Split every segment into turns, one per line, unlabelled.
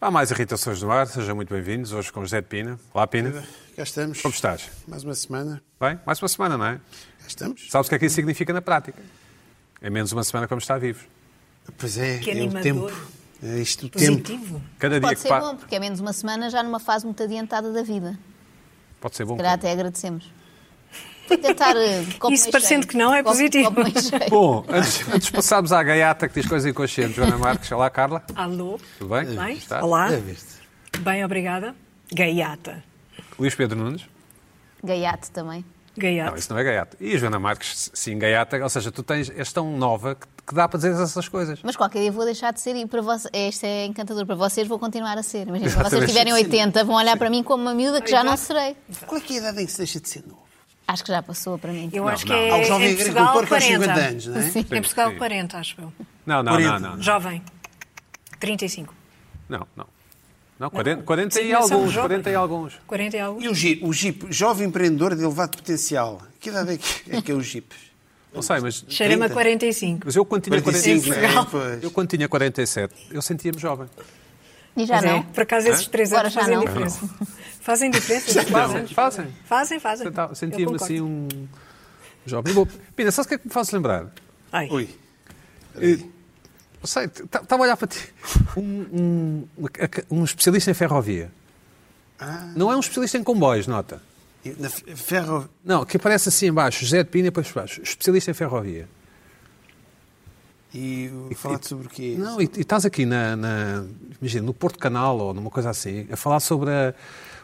Há mais irritações no ar, sejam muito bem-vindos. Hoje com José de Pina. Olá, Pina.
Cá estamos.
Como estás?
Mais uma semana.
Bem? Mais uma semana, não é?
Cá estamos.
Sabes o que é que isso significa na prática? É menos uma semana que vamos estar vivos.
Pois é,
Que
é o tempo.
animador.
É isto o tempo.
Positivo.
Cada dia
Pode
que
ser
passa.
bom, porque é menos uma semana já numa fase muito adiantada da vida.
Pode ser bom.
Se calhar até agradecemos. Tem que tentar. eh, copo
Isso
meio
parecendo
cheio.
que não é
Copo-
positivo.
copo meio cheio.
Bom, antes, antes de passarmos à gaiata que diz coisas inconscientes, Joana Marques, olá, Carla.
Alô?
Tudo bem? Como
Bem?
está?
Olá?
Já viste?
Bem, obrigada. Gaiata.
Luís Pedro Nunes.
Gaiate também.
Não,
Gaiata.
isso não é gaiata. E a Joana Marques, sim, gaiata. Ou seja, tu tens, és tão nova que, que dá para dizer essas coisas.
Mas qualquer dia vou deixar de ser e para vocês, este é encantador. Para vocês vou continuar a ser. Imagina, quando vocês
Exatamente.
tiverem
Sim.
80, vão olhar para mim como uma miúda que já não serei.
Qual é que é a idade em que se deixa de ser novo?
Acho que já passou para mim.
Eu
Não,
acho que
não.
é
Há um jovem
em Portugal
agricultor com
40.
50 anos, não é?
Sim.
Em Portugal
Sim.
40, acho eu.
Não, não, não,
Quarenta.
não, não.
Jovem. 35.
Não, não. Não, 40, 40 e
Sim, mas são
alguns,
jovens.
40 e alguns.
40 e algo.
E o Jeep, o Jeep, jovem empreendedor de elevado potencial. Que idade é que é, que é o Jeep?
Não sei, mas,
Cheira-me a
30.
45.
mas eu quando tinha
45,
47,
não é? Pois.
eu quando tinha 47, eu sentia-me jovem.
E já
Pois é,
não.
por acaso esses três
Agora
anos
já
fazem
não.
diferença. Fazem diferença esses três
Não,
anos.
fazem.
Fazem, fazem.
Senta-
Eu
Sentia-me
concordo.
assim um jovem. Bom, Pina, sabes o que é que me faz lembrar?
Ai,
Ui.
Eh, Não sei, estava a olhar para ti. Um, um, um especialista em ferrovia. Não é um especialista em comboios, nota.
E Na fe- ferro.
Não, que aparece assim embaixo, José de Pina, e depois baixo, especialista em ferrovia.
E o- falar-te sobre o quê?
Não, e, e estás aqui na, na- imagina, no Porto Canal ou numa coisa assim, a falar sobre a-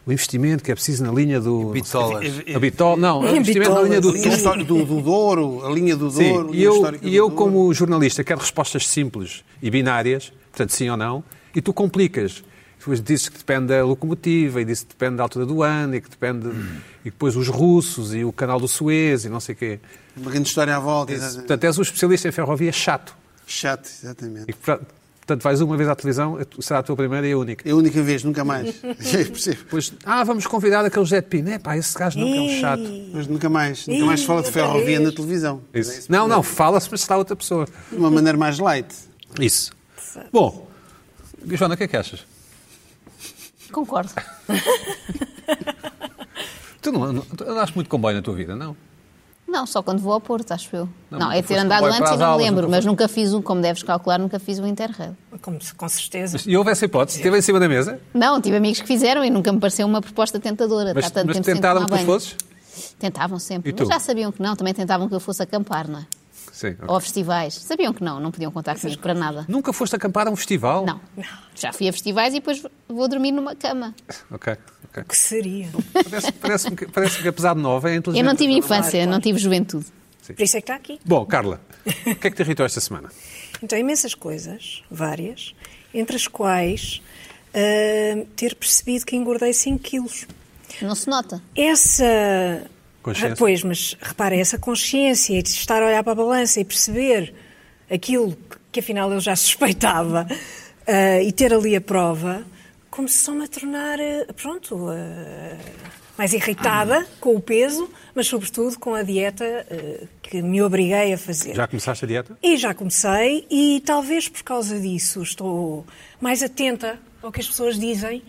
o investimento que é preciso na linha do.
Bitolas.
A Bitol, não, o investimento na
Bitolas.
linha do.
A linha histórica do, do Douro, a linha do
Sim,
Douro, a
e
linha
eu,
histórica
e
do
eu
Douro.
como jornalista, quero respostas simples e binárias, portanto, sim ou não, e tu complicas. Depois dizes que depende da locomotiva, e dizes que depende da altura do ano, e que depende. E depois os russos, e o canal do Suez, e não sei o quê.
Uma grande história à volta. exatamente.
Portanto, és um especialista em ferrovia chato.
Chato,
E,
exatamente.
portanto, portanto, vais uma vez à televisão, será a tua primeira e a única.
É a única vez, nunca mais. Eu percebo.
Depois, ah, vamos convidar aquele Zé de Pina. É pá, esse gajo nunca é um
Ih.
chato.
Mas nunca mais. Nunca mais se fala de
outra
ferrovia
vez.
na televisão.
Isso. Não, não, fala-se, mas está outra pessoa.
De uma maneira mais light.
Isso. Bom, Joana, o que é que achas?
Concordo.
Tu não, não tu andaste muito comboio na tua vida, não?
Não, só quando vou ao Porto, acho eu.
Não,
Não,
nunca
é ter
foste
andado
comboio para
antes e
as
não me
aulas,
lembro,
nunca
mas nunca fiz um, como deves calcular, nunca fiz um Interrail.
como se- com certeza.
E houve essa hipótese? Esteve em cima da mesa?
Não, tive amigos que fizeram e nunca me pareceu uma proposta tentadora.
Mas,
Está tanto
mas
tempo sem
tentaram que
tomar
tu
banho.
fosses?
Tentavam sempre.
E tu?
Mas já sabiam que não, também tentavam que eu fosse acampar, não é?
Sim. ok.
Ou a festivais. Sabiam que não, não podiam contar comigo para nada.
Nunca foste acampar a um festival?
Não. Já fui a festivais e depois vou dormir numa cama.
Ok, ok.
O que seria?
Parece- Parece-me que, parece-me que apesar de nova é inteligente.
Eu não tive infância, não tive juventude.
Por isso é que está aqui.
Bom, Carla, o que é que te irritou esta semana?
Então, imensas coisas, várias, entre as quais ah, ter percebido que engordei 5 quilos.
Não se nota.
Essa.
Consciência.
Ah, Pois, mas repara, essa consciência de estar a olhar para a balança e perceber aquilo que afinal eu já suspeitava ah, e ter ali a prova, começou-me a tornar, ah, pronto, ah, mais irritada com o peso, mas sobretudo com a dieta ah, que me obriguei a fazer.
Já começaste a dieta?
E já comecei, e talvez por causa disso estou mais atenta ao que as pessoas dizem,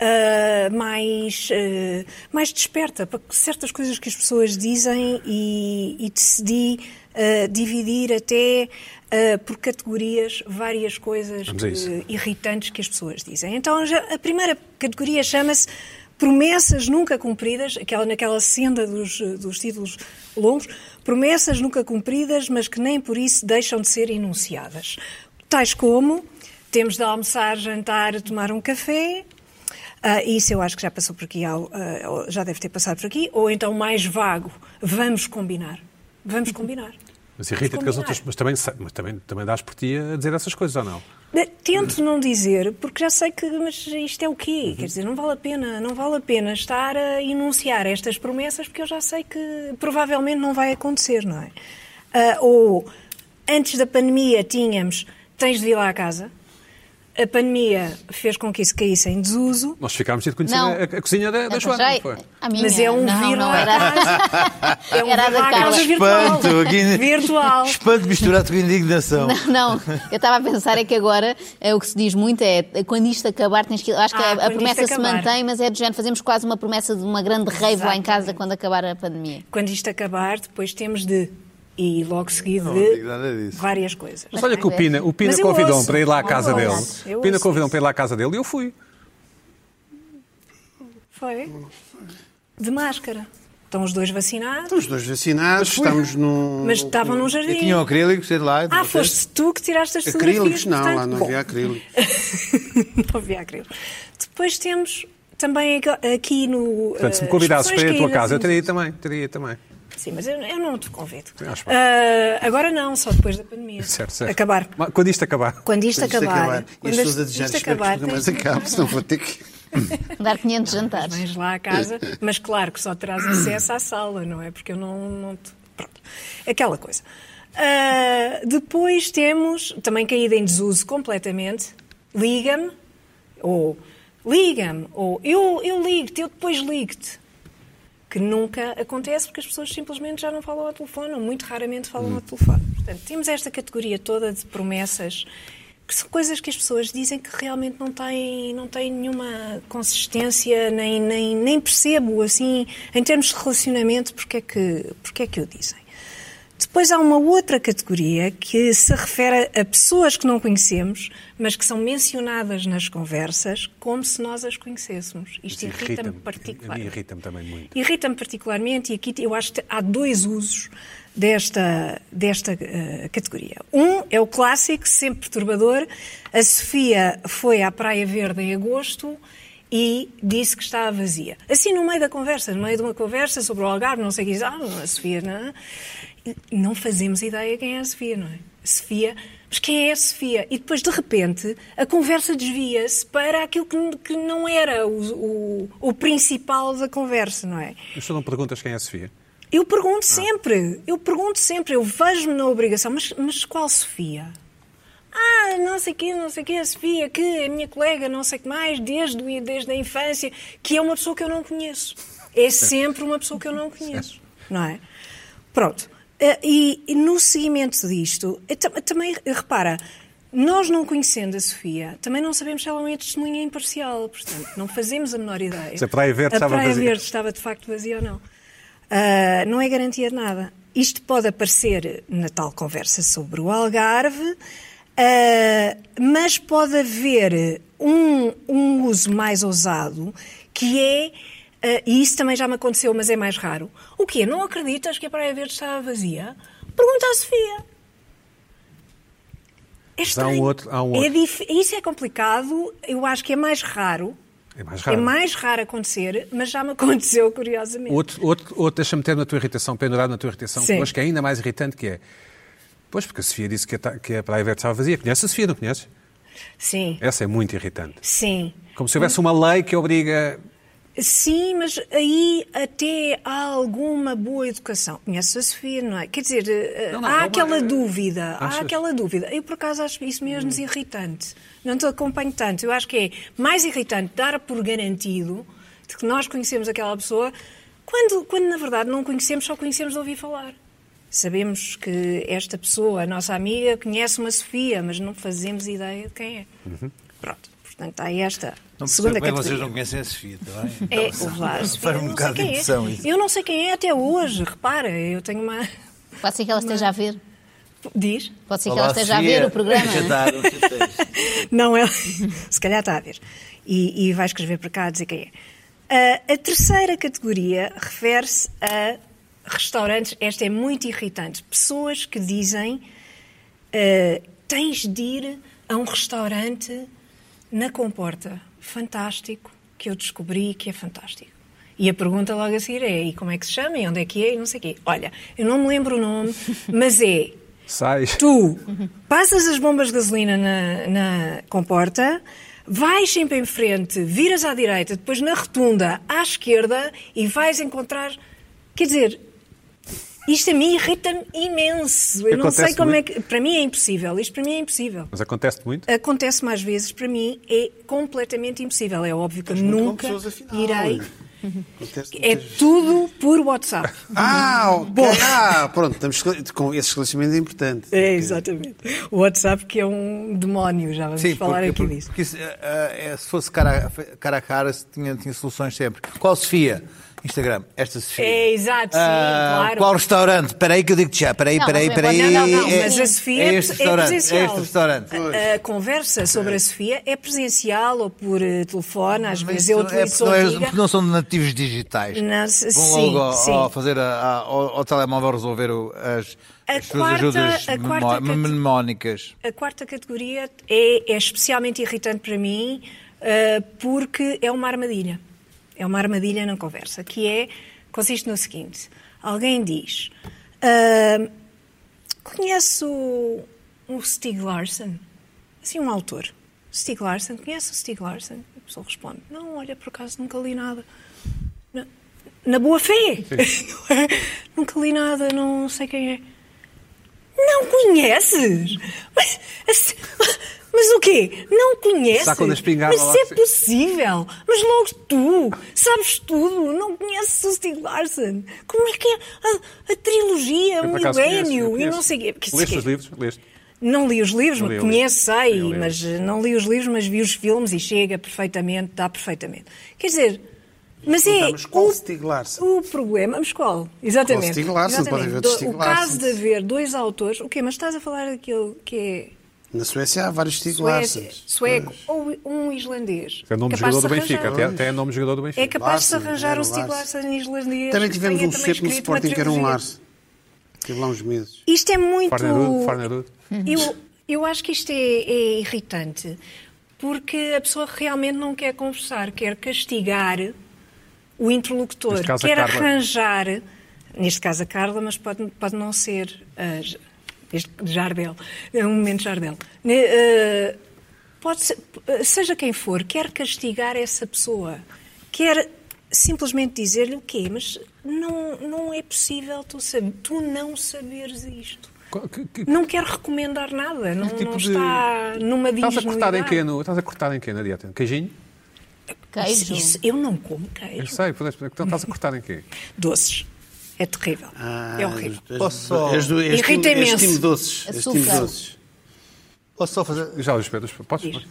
ah, mais, ah, mais desperta para certas coisas que as pessoas dizem e, e decidi ah, dividir até ah, por categorias várias coisas
Vamos a isso.
que- irritantes que as pessoas dizem. Então já- a primeira categoria chama-se Promessas nunca cumpridas, aquela, naquela senda dos, eh, dos títulos longos, promessas nunca cumpridas, mas que nem por isso deixam de ser enunciadas. Tais como temos de almoçar, jantar, tomar um café. ah, isso eu acho que já passou por aqui, ao- ah, ou já deve ter passado por aqui. Ou então, mais vago, vamos combinar. Vamos combinar.
Mas irrita-te que as
Combinar.
outras. Mas também, sa- mas também, também dás por ti a dizer essas coisas ou não?
Bem, Né, Tento não dizer, porque já sei que mas isto é o quê? Quer dizer, não vale a pena, não vale a pena estar a enunciar estas promessas, porque eu já sei que provavelmente não vai acontecer, não é? Ah, ou antes da pandemia tínhamos tens de vir lá à casa, A pandemia fez com que isso caísse em desuso,
Nós ficámos sem conhecer
Não.
a, a cozinha da, da
Eu
é Joana, não
arranjei
foi?
Então a minha.
mas é um
não,
vírus
Não,
à
era...
casa. É um
Era a
vírus
da
à
Carla.
casa virtual.
Espanto, aqui-
virtual.
Espanto misturado com indignação.
Não, eu estava a pensar é que agora eh, o que se diz muito é eh, quando isto acabar tens que ir- Acho que é,
Ah,
a- a,
quando isto
promessa se
acabar.
mantém, mas é do género, fazemos quase uma promessa de uma grande rave lá em casa
Exatamente.
quando acabar a pandemia.
Quando isto acabar, depois temos de. E logo seguido
Não
de
digo nada disso.
várias coisas.
Mas olha que o
é.
Pina, o Pina
Mas eu
convidou-me
ouço.
para ir lá à
Eu
casa
ouço.
dele.
Eu
O Pina
ouço
convidou-me
isso. Eh,
para ir lá à casa dele e eu fui.
Foi. De máscara. Estão os dois vacinados,
Estamos dois vacinados, estamos num.
mas estavam num
Eu
jardim.
tinha um acrílico, sei lá.
Ah,
não sei.
foste tu que tiraste as
Acrílicos?
fotografias.
Não,
portanto,
lá não
bom.
havia acrílico.
não havia acrílico. Depois temos também aqui- aqui no.
Portanto, se me
eh,
convidasses para ir à tua
expressões
casa, eu
caídas
teria ido também. Teria ido também.
em- assim. Sim, mas eu, eu não te convido.
acho
Ah, agora não, só depois da pandemia.
Certo, certo.
Acabar.
Mas Quando isto acabar.
Quando isto
Temos de
acabar.
E as
Quando
pessoas a desejar
isto
espero que
acabar.
nunca mais
tens-
acabe, senão vou ter que.
Dar 500 jantares.
Vens lá à casa, mas claro que só terás acesso à sala, não é? Porque eu não. não te... Pronto. Aquela coisa. Ah, depois temos, também caída em desuso completamente, liga-me, ou liga-me, ou eu, eu ligo-te, eu depois ligo-te. Que nunca acontece porque as pessoas simplesmente já não falam ao telefone, ou muito raramente falam ao telefone. Portanto, temos esta categoria toda de promessas que são coisas que as pessoas dizem que realmente não têm, não têm nenhuma consistência, nem, nem, nem percebo, assim, em termos de relacionamento, porque é que, porque é que o dizem. Depois há uma outra categoria que se refere a pessoas que não conhecemos, mas que são mencionadas nas conversas como se nós as conhecêssemos. Isto irrita-me
A mim
particularmente.
irrita-me também muito.
Irrita-me particularmente, e aqui eu acho que há dois usos desta, desta eh, categoria. Um é o clássico, sempre perturbador. A Sofia foi à Praia Verde em agosto e disse que estava vazia. Assim, no meio da conversa, no meio de uma conversa sobre o Algarve, não sei o que diz, ah, a Sofia, não, não fazemos ideia quem é a Sofia, não é? Sofia, mas quem é a Sofia? E depois, de repente, a conversa desvia-se para aquilo que, n- que não era o, o- o principal da conversa, não é?
Mas tu não perguntas quem é a Sofia?
Eu pergunto sempre, eu pergunto sempre, eu vejo-me na obrigação, mas, mas qual Sofia? Ah, não sei quê, não sei quê, a Sofia, que é minha colega, não sei o que mais, desde, o- desde a infância, que é uma pessoa que eu não conheço. É sempre uma pessoa que eu não conheço, não é? Pronto. Eh, E, e no seguimento disto, eh, tam- também, eh, repara, nós não conhecendo a Sofia, também não sabemos se ela é uma testemunha imparcial, portanto, não fazemos a menor ideia. É
Se a Praia Verde
A
estava
Praia
vazia.
Verde estava de facto vazia ou não. Ah, não é garantia de nada. Isto pode aparecer na tal conversa sobre o Algarve, ah, mas pode haver um, um uso mais ousado que é. ah, e isso também já me aconteceu, mas é mais raro. O quê? Não acreditas que a Praia Verde estava vazia? Pergunta à Sofia.
há
É
um
estranho.
outro- há um
É
outro.
dif- Isso é complicado, eu acho que é mais raro.
É mais raro.
É mais raro acontecer, mas já me aconteceu, curiosamente.
Outro, outro, outro deixa-me ter na tua irritação, pendurado na tua irritação, que
Sim.
eu acho que é ainda mais irritante, que é... Pois, porque a Sofia disse que a, ta- que a Praia Verde estava vazia. Conheces a Sofia, não conheces?
Sim,
Essa é muito irritante.
sim.
Como se houvesse uma lei que obriga...
Sim, mas aí até há alguma boa educação. Conheces a Sofia, não é? Quer dizer, eh,
Não, não,
há
é uma-
aquela dúvida,
Achas?
há aquela dúvida. Eu, por acaso, acho isso
Hum.
mesmo irritante. Não te acompanho tanto. Eu acho que é mais irritante dar por garantido de que nós conhecemos aquela pessoa quando, quando na verdade, não conhecemos, só conhecemos de ouvir falar. Sabemos que esta pessoa, a nossa amiga, conhece uma Sofia, mas não fazemos ideia de quem é. Pronto. Portanto, há esta
Uhum. Não percebo
segunda
bem,
categoria.
vocês não conhecem a Sofia, está bem?
É, ouve lá,
Faz-me
Sofia,
um
eu não
bocado
sei
de
quem é.
impressão isso.
Eu não sei quem é até hoje, repara, eu tenho uma.
Pode ser que ela esteja a ver.
Diz?
Pode ser que
Olá,
ela esteja
Sofia.
a ver o programa.
né?
Já está, não sei se tens.
Não, ela. Se calhar está a ver. E, e vai escrever para cá a dizer quem é. Ah, a terceira categoria refere-se a restaurantes, esta é muito irritante. Pessoas que dizem ah, tens de ir a um restaurante na Comporta. Fantástico, que eu descobri que é fantástico. E a pergunta logo a seguir é: e como é que se chama? E onde é que é? E não sei o quê. Olha, eu não me lembro o nome, mas é
Sai.
tu passas as bombas de gasolina na, na comporta, vais sempre em frente, viras à direita, depois na rotunda à esquerda e vais encontrar. Quer dizer, Isto a mim irrita-me imenso. Eu não
Acontece
sei como
muito.
é que. Para mim é impossível. Isto para mim é impossível.
Mas acontece muito.
Acontece mais vezes, para mim é completamente impossível. É óbvio que eu
Mas muito com
nunca
pessoas, afinal.
irei.
Acontece
É
muitas-
tudo por WhatsApp.
Ah, ok. ah, pronto, estamos esclare- com esse esclarecimento é importante.
É, exatamente. O WhatsApp que é um demónio, já vamos falar
porque,
aqui
porque-
disso.
porque isso, ah, ah, é, se fosse cara, a- cara a cara, se tinha, tinha soluções sempre. Qual Sofia? Instagram, esta Sofia.
É, exato, sim,
Ah,
claro.
Qual restaurante? Espera aí que eu digo-te já. Espera aí,
Não,
espera aí,
mas
espera aí.
não, não, não,
é-
mas a Sofia
é
é,
este
é
restaurante.
presencial.
é este restaurante.
A, a conversa sobre a Sofia é presencial ou por eh, telefone, às
Mas
vezes
isso
eu
é porque
utilizo
não,
a
é-
amiga.
porque não são nativos digitais.
Não, se-
Vão
sim,
logo ao,
sim.
ao fazer a- a- ao, ao telemóvel resolver o- as,
A
as suas
quarta-
ajudas
a quarta
memó-
cate-
mnemónicas.
A quarta categoria é, é especialmente irritante para mim ah, porque é uma armadilha. É uma armadilha na conversa, que é, consiste no seguinte. Alguém diz, ah, conhece o, o Stig Larsson? Assim, um autor. Stig Larsson, conhece o Stig Larsson? A pessoa responde, não, olha, por acaso nunca li nada. Na, na boa fé. nunca li nada, não sei quem é. Não conheces? Mas, mas- mas o quê? Não conheces?
Está com a espingarda
mas
lá,
se é
sim.
possível. Mas logo tu sabes tudo. Não conheces o Stig Larsson. Como é que é a, a trilogia,
Eu,
um
por acaso, conheço, eu
milénio e
conheço.
não sei o quê? Porque é isso
Leste
quê?
os livros? Leste.
Não li os livros,
Não li
mas
os livros.
conheço, sei,
Eu li os
mas eh, não li os livros, mas vi os filmes e chega perfeitamente, dá perfeitamente. Quer dizer, mas é
Perguntamos Então, qual
o-
Stig Larsson?
o problema, mas qual? Exatamente.
Stig Larsson?
Exatamente.
Pode haver
Do-
outro Stig
o
Larsson.
caso de haver dois autores, o quê? Mas estás a falar daquele que é
Na Suécia há vários Stig Larsson.
sué- sueco ou um islandês?
É nome de
Capaz
jogador do
se
Benfica.
arranjar-
Até, até é nome de jogador do Benfica.
É capaz de se
Larsson,
arranjar
era
um
o
Stig
Larsson.
Larsson islandês.
Também
que
tivemos
tenha
um
também
cepo no
escrito uma
Sporting que era um
trilogia.
Larsson. Teve lá uns meses.
Isto é muito.
Farnarudo,
Uhum.
Farnarudo.
Eu, eu acho que isto é, é irritante, porque a pessoa realmente não quer conversar, quer castigar o interlocutor,
Neste caso, a
quer
Carla.
arranjar, neste caso a Carla, mas pode, pode não ser a J- este Jardel, é um momento Jardel. Ne- eh, pode ser- eh, seja quem for, quer castigar essa pessoa, quer simplesmente dizer-lhe o quê? Mas não, não é possível tu, sab- tu não saberes isto.
Co- que- que-
Não quero recomendar nada, não,
que tipo
não
de-
está numa
Estás
dignidade.
a cortar em quê? No... Estás a cortar em quê na dieta? Um Queijinho?
Queijo.
Isso, isso- eu não como
Eu
queijo.
sei, podes- então estás a cortar em quê?
Doces. É terrível.
Ah,
Ah,
é horrível.
és-
Posso
és-
só-
és do- és
Irrita
time- és
imenso.
time doces. És time
Açúcar.
doces.
Posso só fazer.
Já os pedras, podes?
Diz.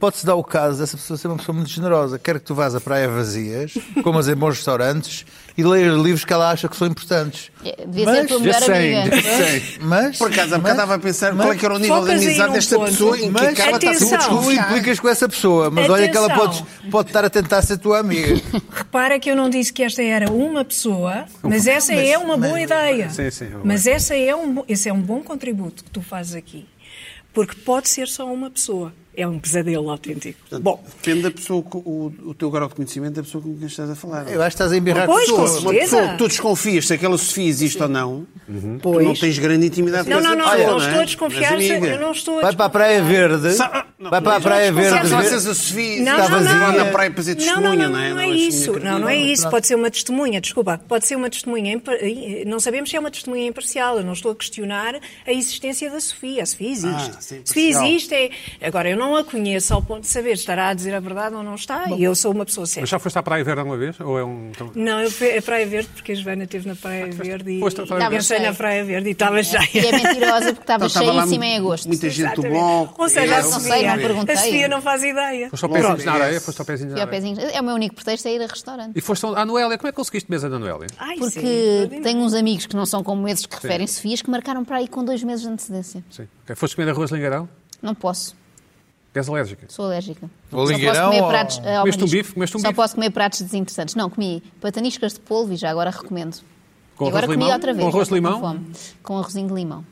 Pode-se dar o caso dessa pessoa ser uma pessoa muito generosa. Quer que tu vás a praia vazias, comas em bons restaurantes e leias livros que ela acha que são importantes.
É, devia ser a tua melhor
Just saying,
amiga. é?
just saying.
Mas.
Por acaso, há bocado
mas-
estava a pensar
mas-
qual é que era o nível de
focas aí
amizade
num
desta
um ponto.
pessoa em que a
Mas-
Carla está a
Tu,
Atenção.
tu implicas com essa pessoa, mas olha que ela pode,
Atenção.
pode estar a tentar ser tua amiga.
Repara que eu não disse que esta era uma pessoa,
Um
mas essa é uma boa ideia.
sim, sim, eu-
mas essa é um, bo- esse é um bom contributo que tu fazes aqui. Porque pode ser só uma pessoa. É um pesadelo autêntico.
Bom, depende da pessoa, com- o, o teu grau de conhecimento da pessoa com quem estás a falar.
Eu acho que estás a embirrar
Pois,
com a
com
pessoa.
Uma
certeza.
pessoa que tu desconfias se aquela Sofia existe ou não, tu não
Pois.
tens grande intimidade
Não,
com
não,
essa
não,
pessoa,
não estou
é?
a desconfiar.
Mas,
se-
amiga,
Eu não estou a
Vai para a
desconfiar.
Praia Verde.
Sa- ah, não,
vai para a
mas-
Praia
Não, não,
Verde. é?
Se
não,
ver-
achas a Sofia
Não,
está
não,
vazia
não,
lá
não.
na praia para ser
Não,
testemunha,
não,
não,
não, não,
é? assim.
é
és
isso.
testemunha
Não, não é
credível.
isso. Pode ser uma testemunha, desculpa. Pode ser uma testemunha. impar- eh, Não sabemos se é uma testemunha imparcial. Eu não estou a questionar a existência da Sofia. A Sofia existe.
Ah, sim,
Sofia
imparcial.
existe. É... Agora, eu não a conheço ao ponto de saber estará a dizer a verdade ou não está. E eu sou uma pessoa
Mas
séria.
já foste à Praia Verde alguma vez? Ou é um. então-
Não, eu fui a Praia Verde, porque a Joana esteve na Praia Verde e,
Ah, Pois, estava
e
cheia.
pensei na Praia Verde e estava
E é
cheia.
mentirosa porque estava
Então, estava lá
cheíssima em agosto.
Muita gente do
Exatamente.
bloco.
Ou seja, a
não sei,
Sofia,
não perguntei.
a Sofia não faz ideia.
Foste ao pezinho na
Logo,
areia?
yes.
Foste ao pezinho
Fui
na
ao
areia.
pezinho- É o meu único pretexto é ir a restaurante.
E foste à Noélia. Como é que conseguiste mesa da Noélia?
Ai, sim,
Porque
não
tenho uns amigos que não são como esses que referem Sofias que marcaram para aí com dois meses de antecedência.
Sim. Ok. Foste comer arroz lingarão?
Não posso.
És alérgica.
Sou alérgica. Só
Ou
posso
lingueirão
comer
ou-
pratos. ah, ao
Comeste um
marisco.
bife? Comeste um
Só
bife?
posso comer pratos desinteressantes. Não, comi pataniscas de polvo e já agora recomendo.
Com
E
arroz
agora
de
comi
limão?
outra vez.
Com arroz
já
de
estou
limão?
Com, fome. Com arrozinho de limão.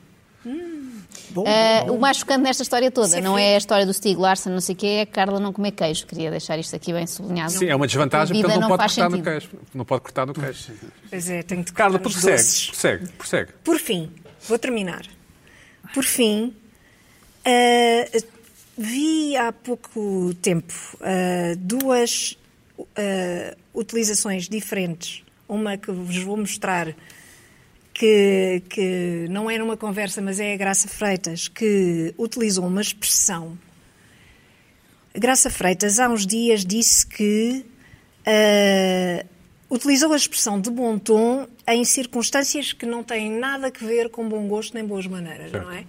Hum, Bom,
Ah, o mais chocante nesta história toda
é
não é
fixe.
a história do Stig Larsson, não sei o quê, é a Carla não comer queijo. Queria deixar isto aqui bem sublinhado.
Sim, é uma desvantagem porque
Vida
ele não,
não
pode
faz
cortar no
sentido.
queijo. Não pode cortar no queijo.
Pois é, tenho de
Carla,
cortar os
prossegue,
doces.
prossegue, prossegue.
Por fim, vou terminar. Por fim, eh, vi há pouco tempo eh, duas eh, utilizações diferentes. Uma que vos vou mostrar que, que não é numa conversa, mas é a Graça Freitas, que utilizou uma expressão. A Graça Freitas, há uns dias, disse que ah, utilizou a expressão de bom tom em circunstâncias que não têm nada a ver com bom gosto nem boas maneiras, não é?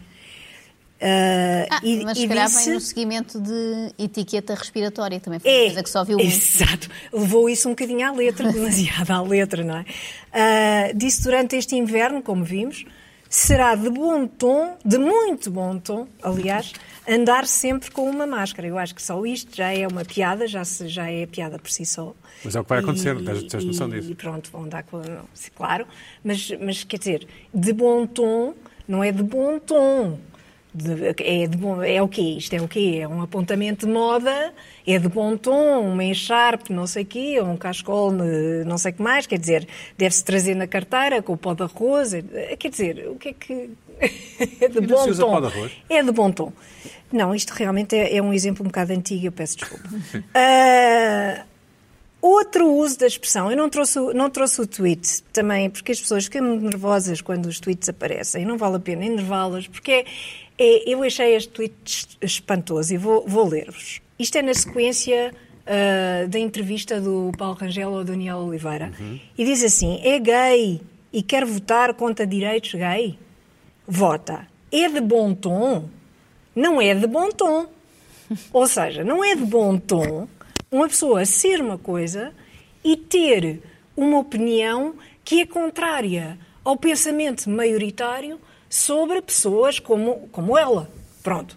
Ah,
Ah, mas se calhar vem no seguimento de etiqueta respiratória, também é
É.
foi uma coisa que só um. viu muito.
Exato. Levou isso um bocadinho à letra, demasiado à letra, não é? Ah, disse durante este inverno, como vimos, será de bom tom, de muito bom tom, aliás, andar sempre com uma máscara. Eu acho que só isto já é uma piada, já, se- já é piada por si só.
Mas é o que vai acontecer,
E-
tens- tens noção disso.
E pronto, vão dar com. não, sim, Claro, mas, mas quer dizer, de bom tom, não é de bom tom. De- é, de bom, é o quê? Isto é o quê? É um apontamento de moda, é de bom tom, uma encharpe, não sei o quê, ou um cascol, eh, não sei o que mais, quer dizer, deve-se trazer na carteira com o pó de arroz, eh, quer dizer, o que é que. é de
E não
bom
se usa
tom.
pó de arroz?
É de bom tom. Não, isto realmente é, é um exemplo um bocado antigo, eu peço desculpa. Ah, Outro uso da expressão, eu não trouxe, o- não trouxe o tweet também, porque as pessoas ficam muito nervosas quando os tweets aparecem, e não vale a pena enervá-las, porque é- é- eu achei este tweet es- espantoso e vou, vou ler-vos. Isto é na sequência ah, da entrevista do Paulo Rangel ao Daniel Oliveira, e diz assim: é gay e quer votar contra direitos gay? Vota. É de bom tom? Não é de bom tom. Ou seja, não é de bom tom uma pessoa ser uma coisa e ter uma opinião que é contrária ao pensamento maioritário sobre pessoas como, como ela. Pronto.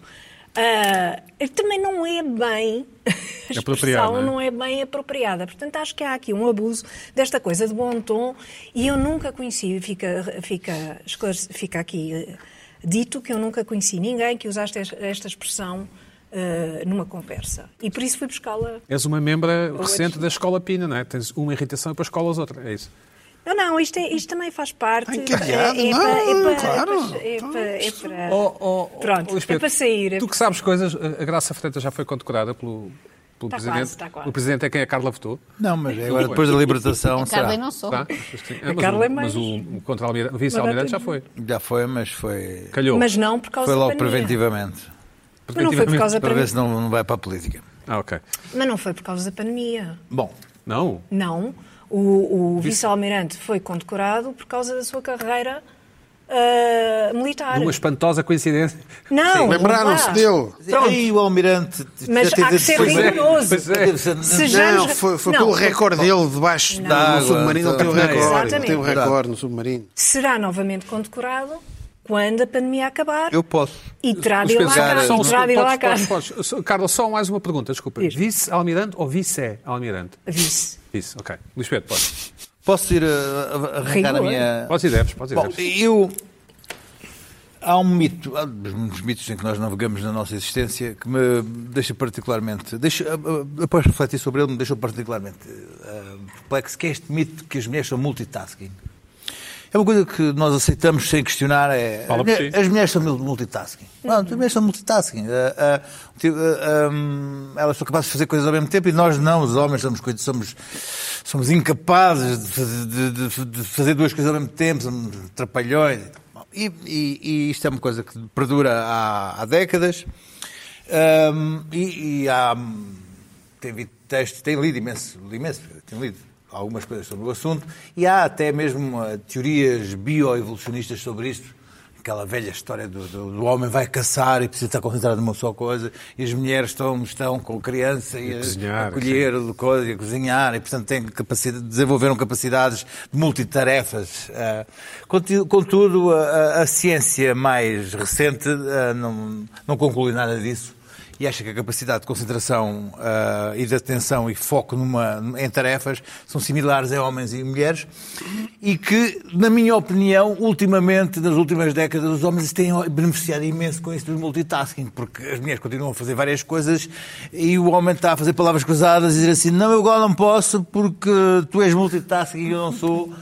Ah, também não é bem. A
Apropriado,
expressão
não é?
não é bem apropriada. Portanto, acho que há aqui um abuso desta coisa de bom tom e eu nunca conheci, fica, fica, esclarece- fica aqui eh, dito que eu nunca conheci ninguém que usasse es- esta expressão eh, numa conversa. E por isso fui buscá-la.
És uma membra recente da Escola Pina, não é? Tens uma irritação e depois colas outra, é isso.
Não, não, isto, é- isto também faz parte.
Ai, que
eh,
aliado,
é
não,
para- é para-
claro.
É para. é para-
Oh, oh, oh,
Pronto,
Luís Pedro,
é para sair. é
Tu que sabes coisas, a a Graça Freitas já foi condecorada pelo, pelo
Tá
Presidente.
quase, tá quase.
O Presidente é quem a Carla votou.
Não, mas é agora depois da libertação.
A
será?
Carla não sou.
Tá? Mas tem- ah, mas
Carla
o-
é mais.
Mas o, o contra-almirante- o vice-almirante já foi.
Já foi, mas foi,
Calhou.
Mas não por causa
foi logo
da pandemia.
preventivamente.
Mas não foi por causa da
Para ver
pandemia.
se não, não vai para a política.
Ah, ok.
Mas não foi por causa da pandemia.
Bom,
Não?
Não. O, o vice-almirante foi condecorado por causa da sua carreira ah, militar.
Numa espantosa coincidência.
Não,
Lembraram-se
vá.
dele.
aí o Almirante.
é. Mas há que ser
Pois é,
rigoroso.
pois é.
Sejamos-
Não, foi, foi
Não,
pelo recorde dele debaixo do
Não.
submarino. Ele tem o
Não,
recorde. Ele
exatamente.
tem o recorde no submarino.
Será novamente condecorado quando a pandemia acabar
Eu posso.
e terá de ir lá
Os
a casa.
pensadores-
terá de ir lá a
um Podes-
casa.
podes- podes. Carla, só mais uma pergunta, desculpa.
Diz.
Vice-almirante ou vice-almirante?
Vice.
Isso, ok. Luís Pedro, pode.
Posso ir a- a- a arrancar a
Rigor.
minha.
Podes e deves, podes e
Eh, Bom,
deves.
eu. Há um mito, há uns mitos em que nós navegamos na nossa existência que me deixa particularmente. Deixa, após refletir sobre ele, me deixou particularmente eh, perplexo, que é este mito que as mulheres são multitasking. É uma coisa que nós aceitamos sem questionar. É,
Fala por ti.
as mulheres são mul- multitasking. Pronto, as mulheres são multitasking. Ah, ah, tipo, ah, hum, elas são capazes de fazer coisas ao mesmo tempo e nós não, os homens, somos, coisas- somos, somos incapazes de fazer, de- de- de fazer duas coisas ao mesmo tempo, somos trapalhões. Bom, E, e- e isto é uma coisa que perdura há, há décadas. Hum, e, e há. Tem lido textos, tem lido imenso, lido imenso, tem lido algumas coisas sobre o assunto. E há até mesmo ah, teorias bioevolucionistas sobre isto. Aquela velha história do, do- do homem vai caçar e precisa estar concentrado numa só coisa, e as mulheres estão, estão com criança e,
a
a,
cozinhar,
a colher de coisa e a cozinhar, e portanto têm capacidade, desenvolveram capacidades de multitarefas. ah. Conti- Contudo, a, a- a ciência mais recente ah, não, não conclui nada disso e acha que a capacidade de concentração ah, e de atenção e foco numa, em tarefas são similares em homens e mulheres e que, na minha opinião, ultimamente, nas últimas décadas, os homens se têm beneficiado imenso com isso do multitasking, porque as mulheres continuam a fazer várias coisas e o homem está a fazer palavras cruzadas e dizer assim, não, eu agora não posso porque tu és multitasking e eu não sou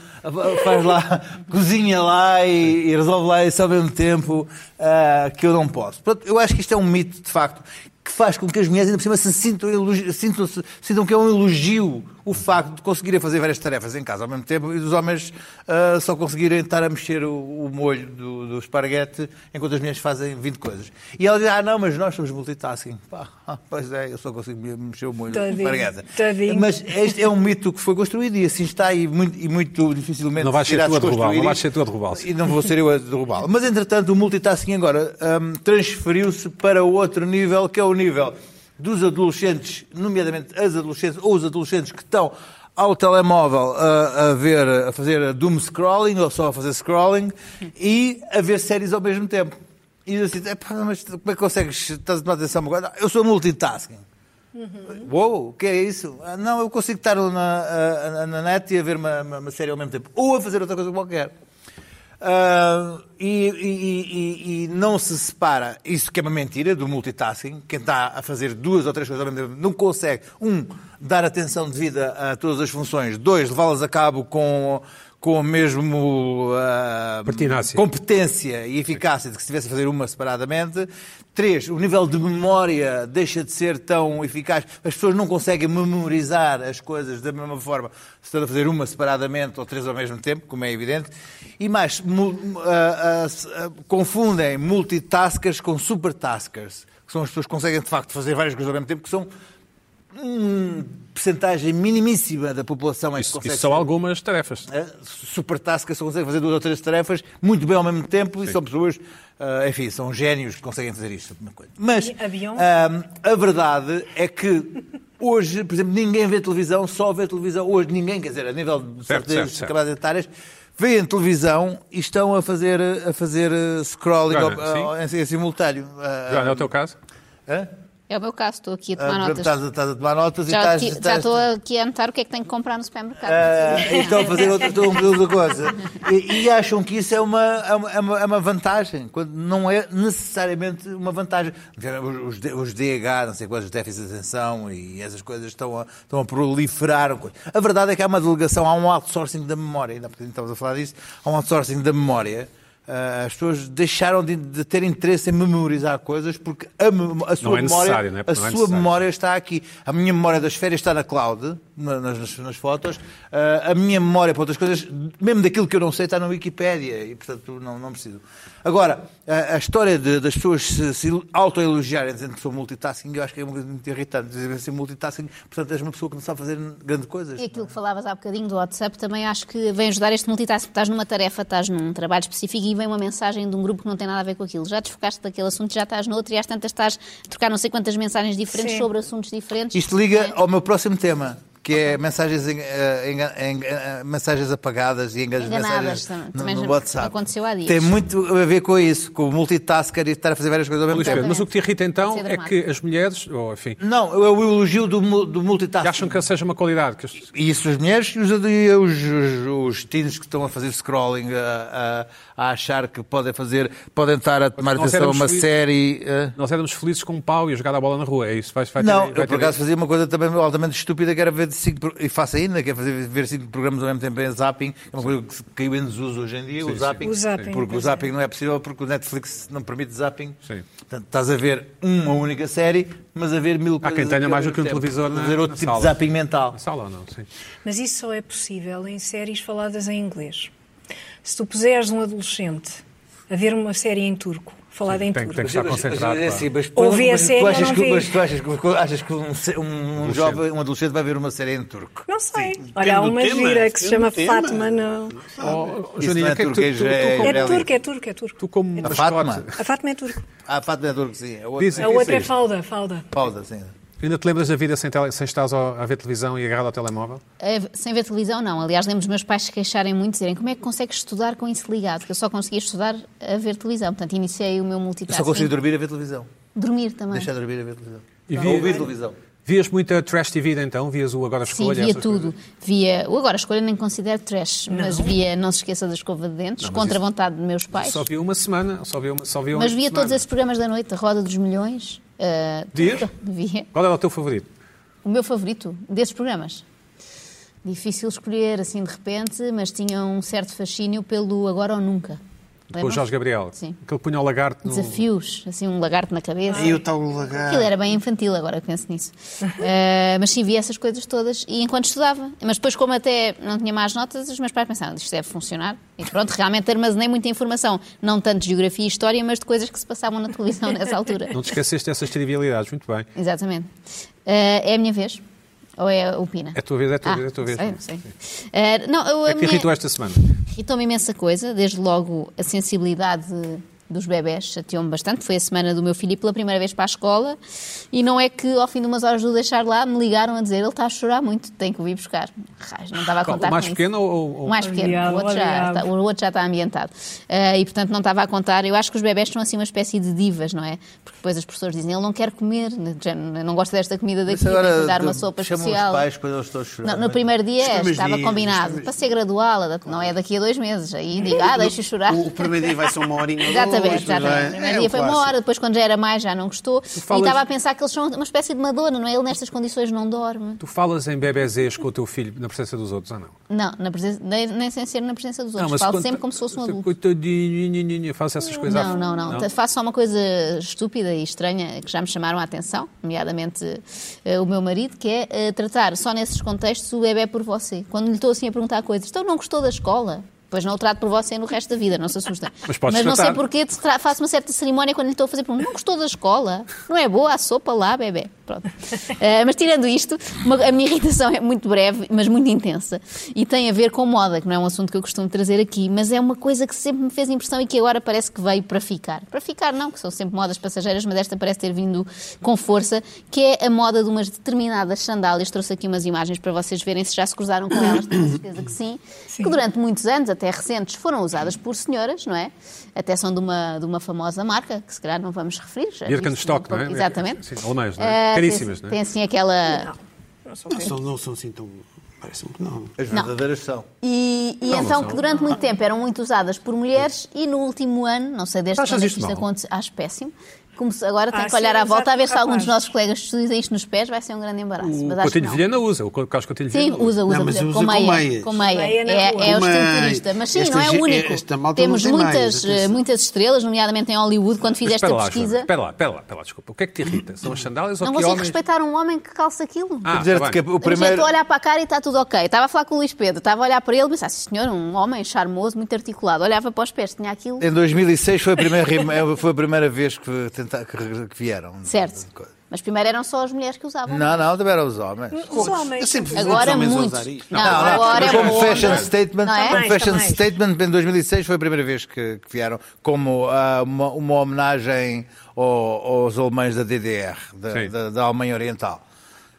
faz lá, cozinha lá e, e resolve lá isso ao mesmo tempo ah, que eu não posso. Portanto, eu acho que isto é um mito, de facto, que faz com que as mulheres ainda por cima se sintam, elogi- sintam-se- sintam que é um elogio o facto de conseguirem fazer várias tarefas em casa ao mesmo tempo e os homens ah, só conseguirem estar a mexer o, o molho do, do esparguete enquanto as mulheres fazem 20 coisas. E ela diz, ah não, mas nós somos multitasking. Pá, ah, pois é, eu só consigo me- mexer o molho do
Tadinho,
esparguete.
tadinho.
Mas este é um mito que foi construído e assim está e muito, e muito dificilmente
Não vais ser
irá
tu a derrubá-lo,
desconstruir
não vais
isto.
ser tu a derrubá-lo.
E não vou ser eu a derrubá-lo. Mas, entretanto, o multitasking agora hum, transferiu-se para outro nível, que é o nível dos adolescentes, nomeadamente as adolescentes ou os adolescentes que estão ao telemóvel a, a ver, a fazer a doom scrolling ou só a fazer scrolling e a ver séries ao mesmo tempo. E diz assim, "Epá, mas como é que consegues? Estás a tomar atenção a uma coisa? "Não, Eu sou multitasking. Uou, o que é isso? Ah, Não, eu consigo estar na, ah, na net e a ver uma, uma- uma série ao mesmo tempo. Ou a fazer outra coisa qualquer. Ah, e, e- e- e não se separa, isso que é uma mentira, do multitasking. Quem está a fazer duas ou três coisas ao mesmo tempo não consegue, um, dar atenção devida a todas as funções, dois, levá-las a cabo com, com o mesmo ah,
Pertinácia.
com competência e eficácia de que se estivesse a fazer uma separadamente. Três, o nível de memória deixa de ser tão eficaz. As pessoas não conseguem memorizar as coisas da mesma forma se estão a fazer uma separadamente ou três ao mesmo tempo, como é evidente. E mais, mu- ah, ah, se- ah, confundem multitaskers com supertaskers, que são as pessoas que conseguem, de facto, fazer várias coisas ao mesmo tempo, que são uma percentagem minimíssima da população em que
Isso,
consegue Eh,
isso são algumas tarefas.
super tasca, só conseguem fazer duas ou três tarefas muito bem ao mesmo tempo e são pessoas, ah, enfim, são génios que conseguem fazer isto. uma coisa. Mas
E avião?
ah, a verdade é que hoje, por exemplo, ninguém vê televisão, só vê televisão hoje, ninguém, quer dizer, a nível de
Certo, certo,
certezas
certo.
acabadas etárias, vêem televisão e estão a fazer, a fazer ah, scrolling
Joana,
ao- ao- em, em simultâneo. Ah,
Já não é o teu caso?
hã?
É o meu caso, estou aqui a
Ah,
tomar notas.
Estás, a- estás a tomar notas e
Já,
estás,
ti- já
estás-
estou aqui a anotar o que é que tenho que comprar no supermercado.
Ah, e estão a fazer outra, estão a fazer outra coisa. E, e acham que isso é uma, é uma- é uma, é uma vantagem, quando não é necessariamente uma vantagem. Os, os D- os DH, não sei quantos, déficit de atenção e essas coisas estão a, estão a proliferar. A verdade é que há uma delegação, há um outsourcing da memória, ainda há bocadinho estávamos a falar disso, há um outsourcing da memória. Ah, As pessoas deixaram de, de ter interesse em memorizar coisas porque a, mem- a sua
é
memória,
necessário, não é?
a
Não é
sua
necessário.
memória memória está aqui. A minha memória das férias está na cloud, na- nas, nas- nas fotos. Ah, a minha memória para outras coisas, mesmo daquilo que eu não sei, está na Wikipédia e, portanto, não, não preciso. Agora, a, a história de- das pessoas se, se autoelogiarem dizendo que sou multitasking, eu acho que é uma coisa muito irritante. Dizem ser multitasking, portanto, és uma pessoa que não sabe fazer grande coisas.
E aquilo que falavas há bocadinho do WhatsApp também acho que vem ajudar este multitasking. Estás numa tarefa, estás num trabalho específico e vem uma mensagem de um grupo que não tem nada a ver com aquilo. Já desfocaste daquele assunto, já estás noutro e às tantas estás a trocar não sei quantas mensagens diferentes
Sim.
sobre assuntos diferentes.
Isto liga ao meu próximo tema, que é mensagens, en- eh, enga- en- eh, mensagens apagadas e enganas
Enganadas,
mensagens
também-
no,
também
no
já
WhatsApp.
aconteceu há dias.
Tem muito a ver com isso, com o multitasker e estar a fazer várias coisas ao mesmo
Luís
tempo.
Pedro, mas o que te irrita então
Isso é
é que as mulheres, ou enfim,
Não, é o elogio do, mu- do
que
multitasking.
acham que seja uma qualidade. Que as-
E isso as mulheres e os, e os, os, os teens que estão a fazer scrolling, a, a- a achar que podem fazer, podem estar a tomar
Nós
atenção a
éramos
uma
felizes.
série. eh.
Nós éramos felizes com um pau e a jogar a bola na rua. É isso. Vai, vai ter-
Não,
vai
eu por
ter-
acaso fazia uma coisa também altamente estúpida, que era ver cinco, pro- e faço ainda, que é fazer, ver cinco programas ao mesmo tempo em zapping, é uma coisa que caiu em desuso hoje em dia, o, zapping,
O zapping,
porque o
pois é.
zapping não é possível, porque o Netflix não permite zapping.
Sim.
Portanto, estás a ver uma única série, mas a ver mil
Há
coisas.
quem tenha
ao
mais do
mesmo
que um
tempo.
televisor na,
a ver
na
outro tipo
sala.
de zapping mental.
Na sala ou não, sim.
Mas isso só é possível em séries faladas em inglês. Se tu puseres um adolescente a ver uma série em turco, falada em
tem-
turco,
tem que estar
Mas-
concentrado.
Mas, é
pá.
assim, mas,
Ouvi a
mas
série,
tu
eu
achas
não
que,
vi.
mas tu achas que, achas que um, se- um- um jovem, um adolescente vai ver uma série em turco?
não sei.
Depende
Olha, há
do
uma
tema,
gira que se chama
depende do tema.
Fátima, não.
Oh, oh,
Isso
Janina,
não é
o que é que tu-
turquês,
tu- tu-
é-
como-
É
Gabriel,
turco, é turco, é turco.
tu como
A
mascote-
Fátima?
A Fátima é turco.
Ah, Fátima é turco, sim. É outra.
Dizem-
A
Sim,
outra é
sim.
falda, falda.
Pausa, sim.
Ainda te lembras da vida sem, tele- sem estares ao- a ver televisão e agarrado ao telemóvel?
Eh, Sem ver televisão, não. Aliás, lembro dos meus pais se queixarem muito, dizerem como é que consegues estudar com isso ligado, que eu só conseguia estudar a ver televisão. Portanto, iniciei o meu
Eu
multitasking.
só consigo dormir a ver televisão.
Dormir também.
Deixar dormir a ver televisão.
E
Ou
vi-
ouvir televisão.
Vias muita trash TV então? Vias o Agora
Sim,
Escolha?
via
essas
tudo.
coisas?
Via. o Agora, a escolha nem considero trash, mas via Não Se Esqueça da Escova de Dentes, contra a vontade de meus pais.
Só via uma semana. Só via uma, só via
Mas
uma
via
semana.
todos esses programas da noite, a Roda dos Milhões. ah,
Vias?
tudo. Via.
Qual era o teu favorito?
O meu favorito desses programas. Difícil escolher assim de repente, mas tinha um certo fascínio pelo Agora ou Nunca.
Com o Jorge Gabriel.
Sim.
Que ele punha o lagarto no...
Desafios, assim, um lagarto na cabeça.
E o tal lagarto.
Aquilo é era bem infantil, agora que penso nisso. Eh, mas sim, vi essas coisas todas e enquanto estudava. Mas depois, como até não tinha mais notas, os meus pais pensaram, isto deve funcionar. E pronto, realmente armazenei muita informação. Não tanto de geografia e história, mas de coisas que se passavam na televisão nessa altura.
Não te esqueceste dessas trivialidades, muito bem.
Exatamente. Eh, é a minha vez? Ou é o Pina?
É a tua vez, é a tua
Ah,
vez, é a tua
não
vez.
sei, não sei. Eh, não, eu- a
É que te
minha-
irritou esta semana.
Irritou-me imensa coisa, desde logo a sensibilidade dos bebés chateou-me bastante. Foi a semana do meu filho ir pela primeira vez para a escola e não é que ao fim de umas horas de o deixar lá me ligaram a dizer ele está a chorar muito, tem que o vir buscar. Raios, não estava a
Qual,
contar
o mais
com isso.
pequeno ou- ou- ou-
O mais pequeno,
Aliado,
o outro, já
aliado.
está, o outro já está ambientado. Eh, e portanto não estava a contar. Eu acho que os bebés são assim uma espécie de divas, não é? Porque depois as pessoas dizem ele não quer comer, né, de género, não gosta desta comida daqui, tem que lhe é dar uma sopa
chamam
especial.
os pais quando eles estão a chorar. é?
Não, no primeiro dia
Os primeiros
estava
dias, os
combinado.
primeiros-
Para ser gradual, adap- não é daqui a dois meses. Aí digo, ah, deixa chorar.
O, o primeiro dia vai ser uma horinha. ou duas,
Exatamente,
tudo
exatamente.
bem.
No primeiro
É
dia
o
foi uma
clássico.
hora, depois quando já era mais já não gostou.
falas-
E estava a pensar que eles são uma espécie de Madonna, não é? Ele nestas condições não dorme.
Tu falas em bebezês com o teu filho na presença dos outros, ou não?
Não, na presença, nem, nem sem ser na presença dos outros. Falo
quando-
sempre como se fosse um
Você,
adulto.
Coitadinho, nhe, nhe, nhe, faço essas coisas.
Não,
à-
não, não. Faço só uma coisa estúpida e estranha que já me chamaram a atenção, nomeadamente eh, o meu marido, que é eh, tratar só nesses contextos o bebê por você. Quando lhe estou assim a perguntar coisas, então não gostou da escola? Pois não o trato por você no resto da vida, não se assusta.
Mas podes
não sei
tratar.
porquê te tra- faço uma certa cerimónia quando lhe estou a fazer perguntas. Não gostou da escola? Não é boa a sopa lá, bebê? Pronto. Eh, mas tirando isto, uma- a minha irritação é muito breve, mas muito intensa. E tem a ver com moda, que não é um assunto que eu costumo trazer aqui, mas é uma coisa que sempre me fez impressão e que agora parece que veio para ficar. Para ficar não, que são sempre modas passageiras, mas esta parece ter vindo com força, que é a moda de umas determinadas sandálias. Trouxe aqui umas imagens para vocês verem se já se cruzaram com elas, tenho certeza que sim. Que durante muitos anos, até recentes, foram usadas por senhoras, não é? Até são de uma, de uma famosa marca, que se calhar não vamos referir. já disse,
Birkenstock, não é?
Exatamente.
Sim, alemães, não é?
Eh,
Caríssimas,
tem,
não é?
Tem assim aquela...
Não, não sou
Não são, não são assim tão. Parece-me que não.
As verdadeiras são.
E, e então, que durante muito tempo eram muito usadas por mulheres e no último ano, não sei desde
Achas
quando é que
isto
isto
mal?
acontece, acho péssimo. Começou- agora tenho
Ah,
que olhar
sim,
à volta a ver se
exato,
algum dos
capaz.
nossos colegas utiliza isto nos pés, vai ser um grande embaraço.
O
mas acho que
Coutinho
não.
Vilhena usa, o Carlos Coutinho
Sim,
Vilhena usa.
usa, usa,
Não, mas
por exemplo,
usa
com
com
meia.
meias.
Com meia.
Meia na
É,
rua.
é o
Com
estilo
meia.
turista. Mas sim,
Esta
não é o
ge-
único.
esta malta não
Temos
tem
muitas,
meias, atenção.
eh, muitas estrelas, nomeadamente em Hollywood, quando fiz
Mas
esta
espera lá,
pesquisa.
Joana, espera lá, espera lá, espera lá, desculpa. O que é que te irrita? São as sandálias
Não
ou que
consigo
homens...
respeitar um homem que calça aquilo.
Ah,
Dizer-te
tá
que
bem.
Primeiro...
o
Eu
primeiro.
estou a olhar para a cara e está tudo ok. Estava a falar com o Luís Pedro, estava a olhar para ele e pensava, senhor, um homem charmoso, muito articulado. Olhava para os pés, tinha aquilo.
Em 2006 foi a primeira, rima- foi a primeira vez que, tenta- que- que vieram.
Certo. Mas primeiro eram só as mulheres que usavam.
Não, não, também eram os homens. Não,
Os homens.
Eu sempre vi muitos
Agora
homens a
muito.
usar isto.
Não, agora
mas
é
como
uma
fashion
onda.
statement,
Não é?
como
Mais,
fashion
mais.
statement em 2006 foi a primeira vez que, que vieram como ah, uma, uma homenagem ao- aos alemães da DDR, da,
Sim.
da, da Alemanha Oriental.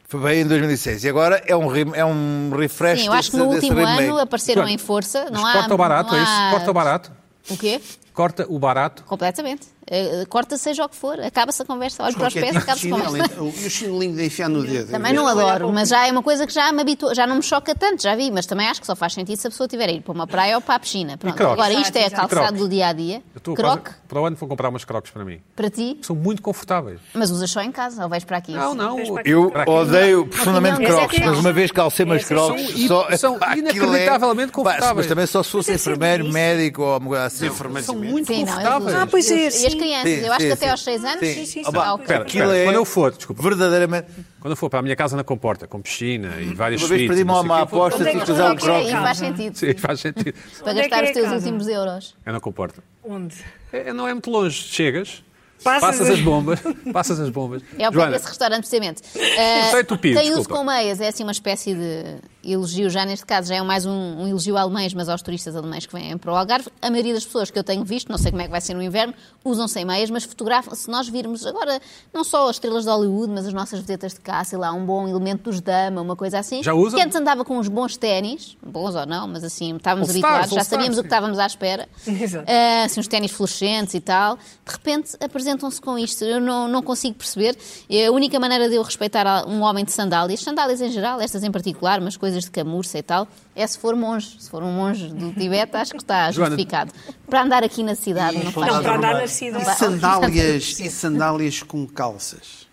Foi bem em 2006 e agora é um, re- é um refresh
Sim, eu acho que
desse-
no
desse
último
remake.
ano apareceram
Joana,
em força. Não
Mas
há,
corta o barato,
não
é isso?
há-
Corta o barato.
O quê?
Corta o barato.
Completamente. Eh, eh, Corta seja o que for, acaba-se a conversa. Olha para os
Qualquer tipo de
pés, acaba-se a
chinelo,
conversa.
então, E o chinelinho de enfiar no dedo.
Também não adoro, mas já é uma coisa que já me habitua, já não me choca tanto, já vi, mas também acho que só faz sentido se a pessoa tiver a ir para uma praia ou para a piscina. Pronto,
crocs?
agora isto é a
Exato,
exato.
calçada
E
do dia a dia.
Eu estou
Croc,
quase- Para o ano vou comprar umas crocs para mim.
para ti,
São muito confortáveis.
mas usas só em casa, ou vais para aqui.
Não, não.
Mas para que-
Eu
Para aqui.
odeio
Não,
profundamente
não,
crocs,
essa é
mas uma vez calcei umas
Essa
crocs.
são
só-
são
Aquilo é-
inacreditavelmente confortáveis.
Mas também só se fosse
Mas é
enfermeiro,
delícia.
médico ou alguma coisa assim.
São muito
Sim, não, eles
confortáveis.
usam.
Ah, pois é,
E as
sim.
crianças,
Sim,
eu acho
sim,
que até
sim.
aos 6 anos.
Sim.
Sim, sim,
Ah, pá,
há o-
Espera,
Aquilo
espera.
é-
Quando eu for, desculpa.
Verdadeiramente.
Quando eu for para a minha casa na comporta, com piscina e várias
Uma vez
suítes,
perdi
não sei
uma,
o
uma
quê, vou-
aposta um
Onde é
de
que
cruzar o
eu coloquei?
crocs.
Aí faz sentido.
Sim, faz sentido.
Para
Onde é que
gastar
é
os teus
casa?
últimos euros.
É na comporta.
Onde?
É, não é muito longe. Chegas,
Passas
passas,
as-
as bombas. Passas as bombas.
É o pé
Joana,
desse restaurante, precisamente. Ah,
Perfeito, Pio,
quem usa
desculpa.
com meias é assim uma espécie de elogio, já neste caso já é mais um, um elogio a alemães, mas aos turistas alemães que vêm para o Algarve. A maioria das pessoas que eu tenho visto, não sei como é que vai ser no inverno, usam sem meias, mas fotografam. Se nós virmos agora, não só as estrelas de Hollywood, mas as nossas vedetas de cá, sei lá, um bom elemento dos dama, uma coisa assim.
Já usam?
Que antes andava com uns bons ténis, bons ou não, mas assim, estávamos
All-stars,
habituados, já
all-stars,
sabíamos o que
sim.
estávamos à espera.
Exato.
Ah, assim, uns ténis fluorescentes e tal. De repente apresentam-se com isto. Eu não, não consigo perceber. E A única maneira de eu respeitar a- um homem de sandálias, sandálias em geral, estas em particular, mas coisas de camurça e tal, é se for monge. Se for um monge do Tibete, acho que está
Joana,
justificado. Para andar aqui na cidade, não faz
Não,
sentido.
para andar na
E
cidade.
sandálias, e sandálias com calças.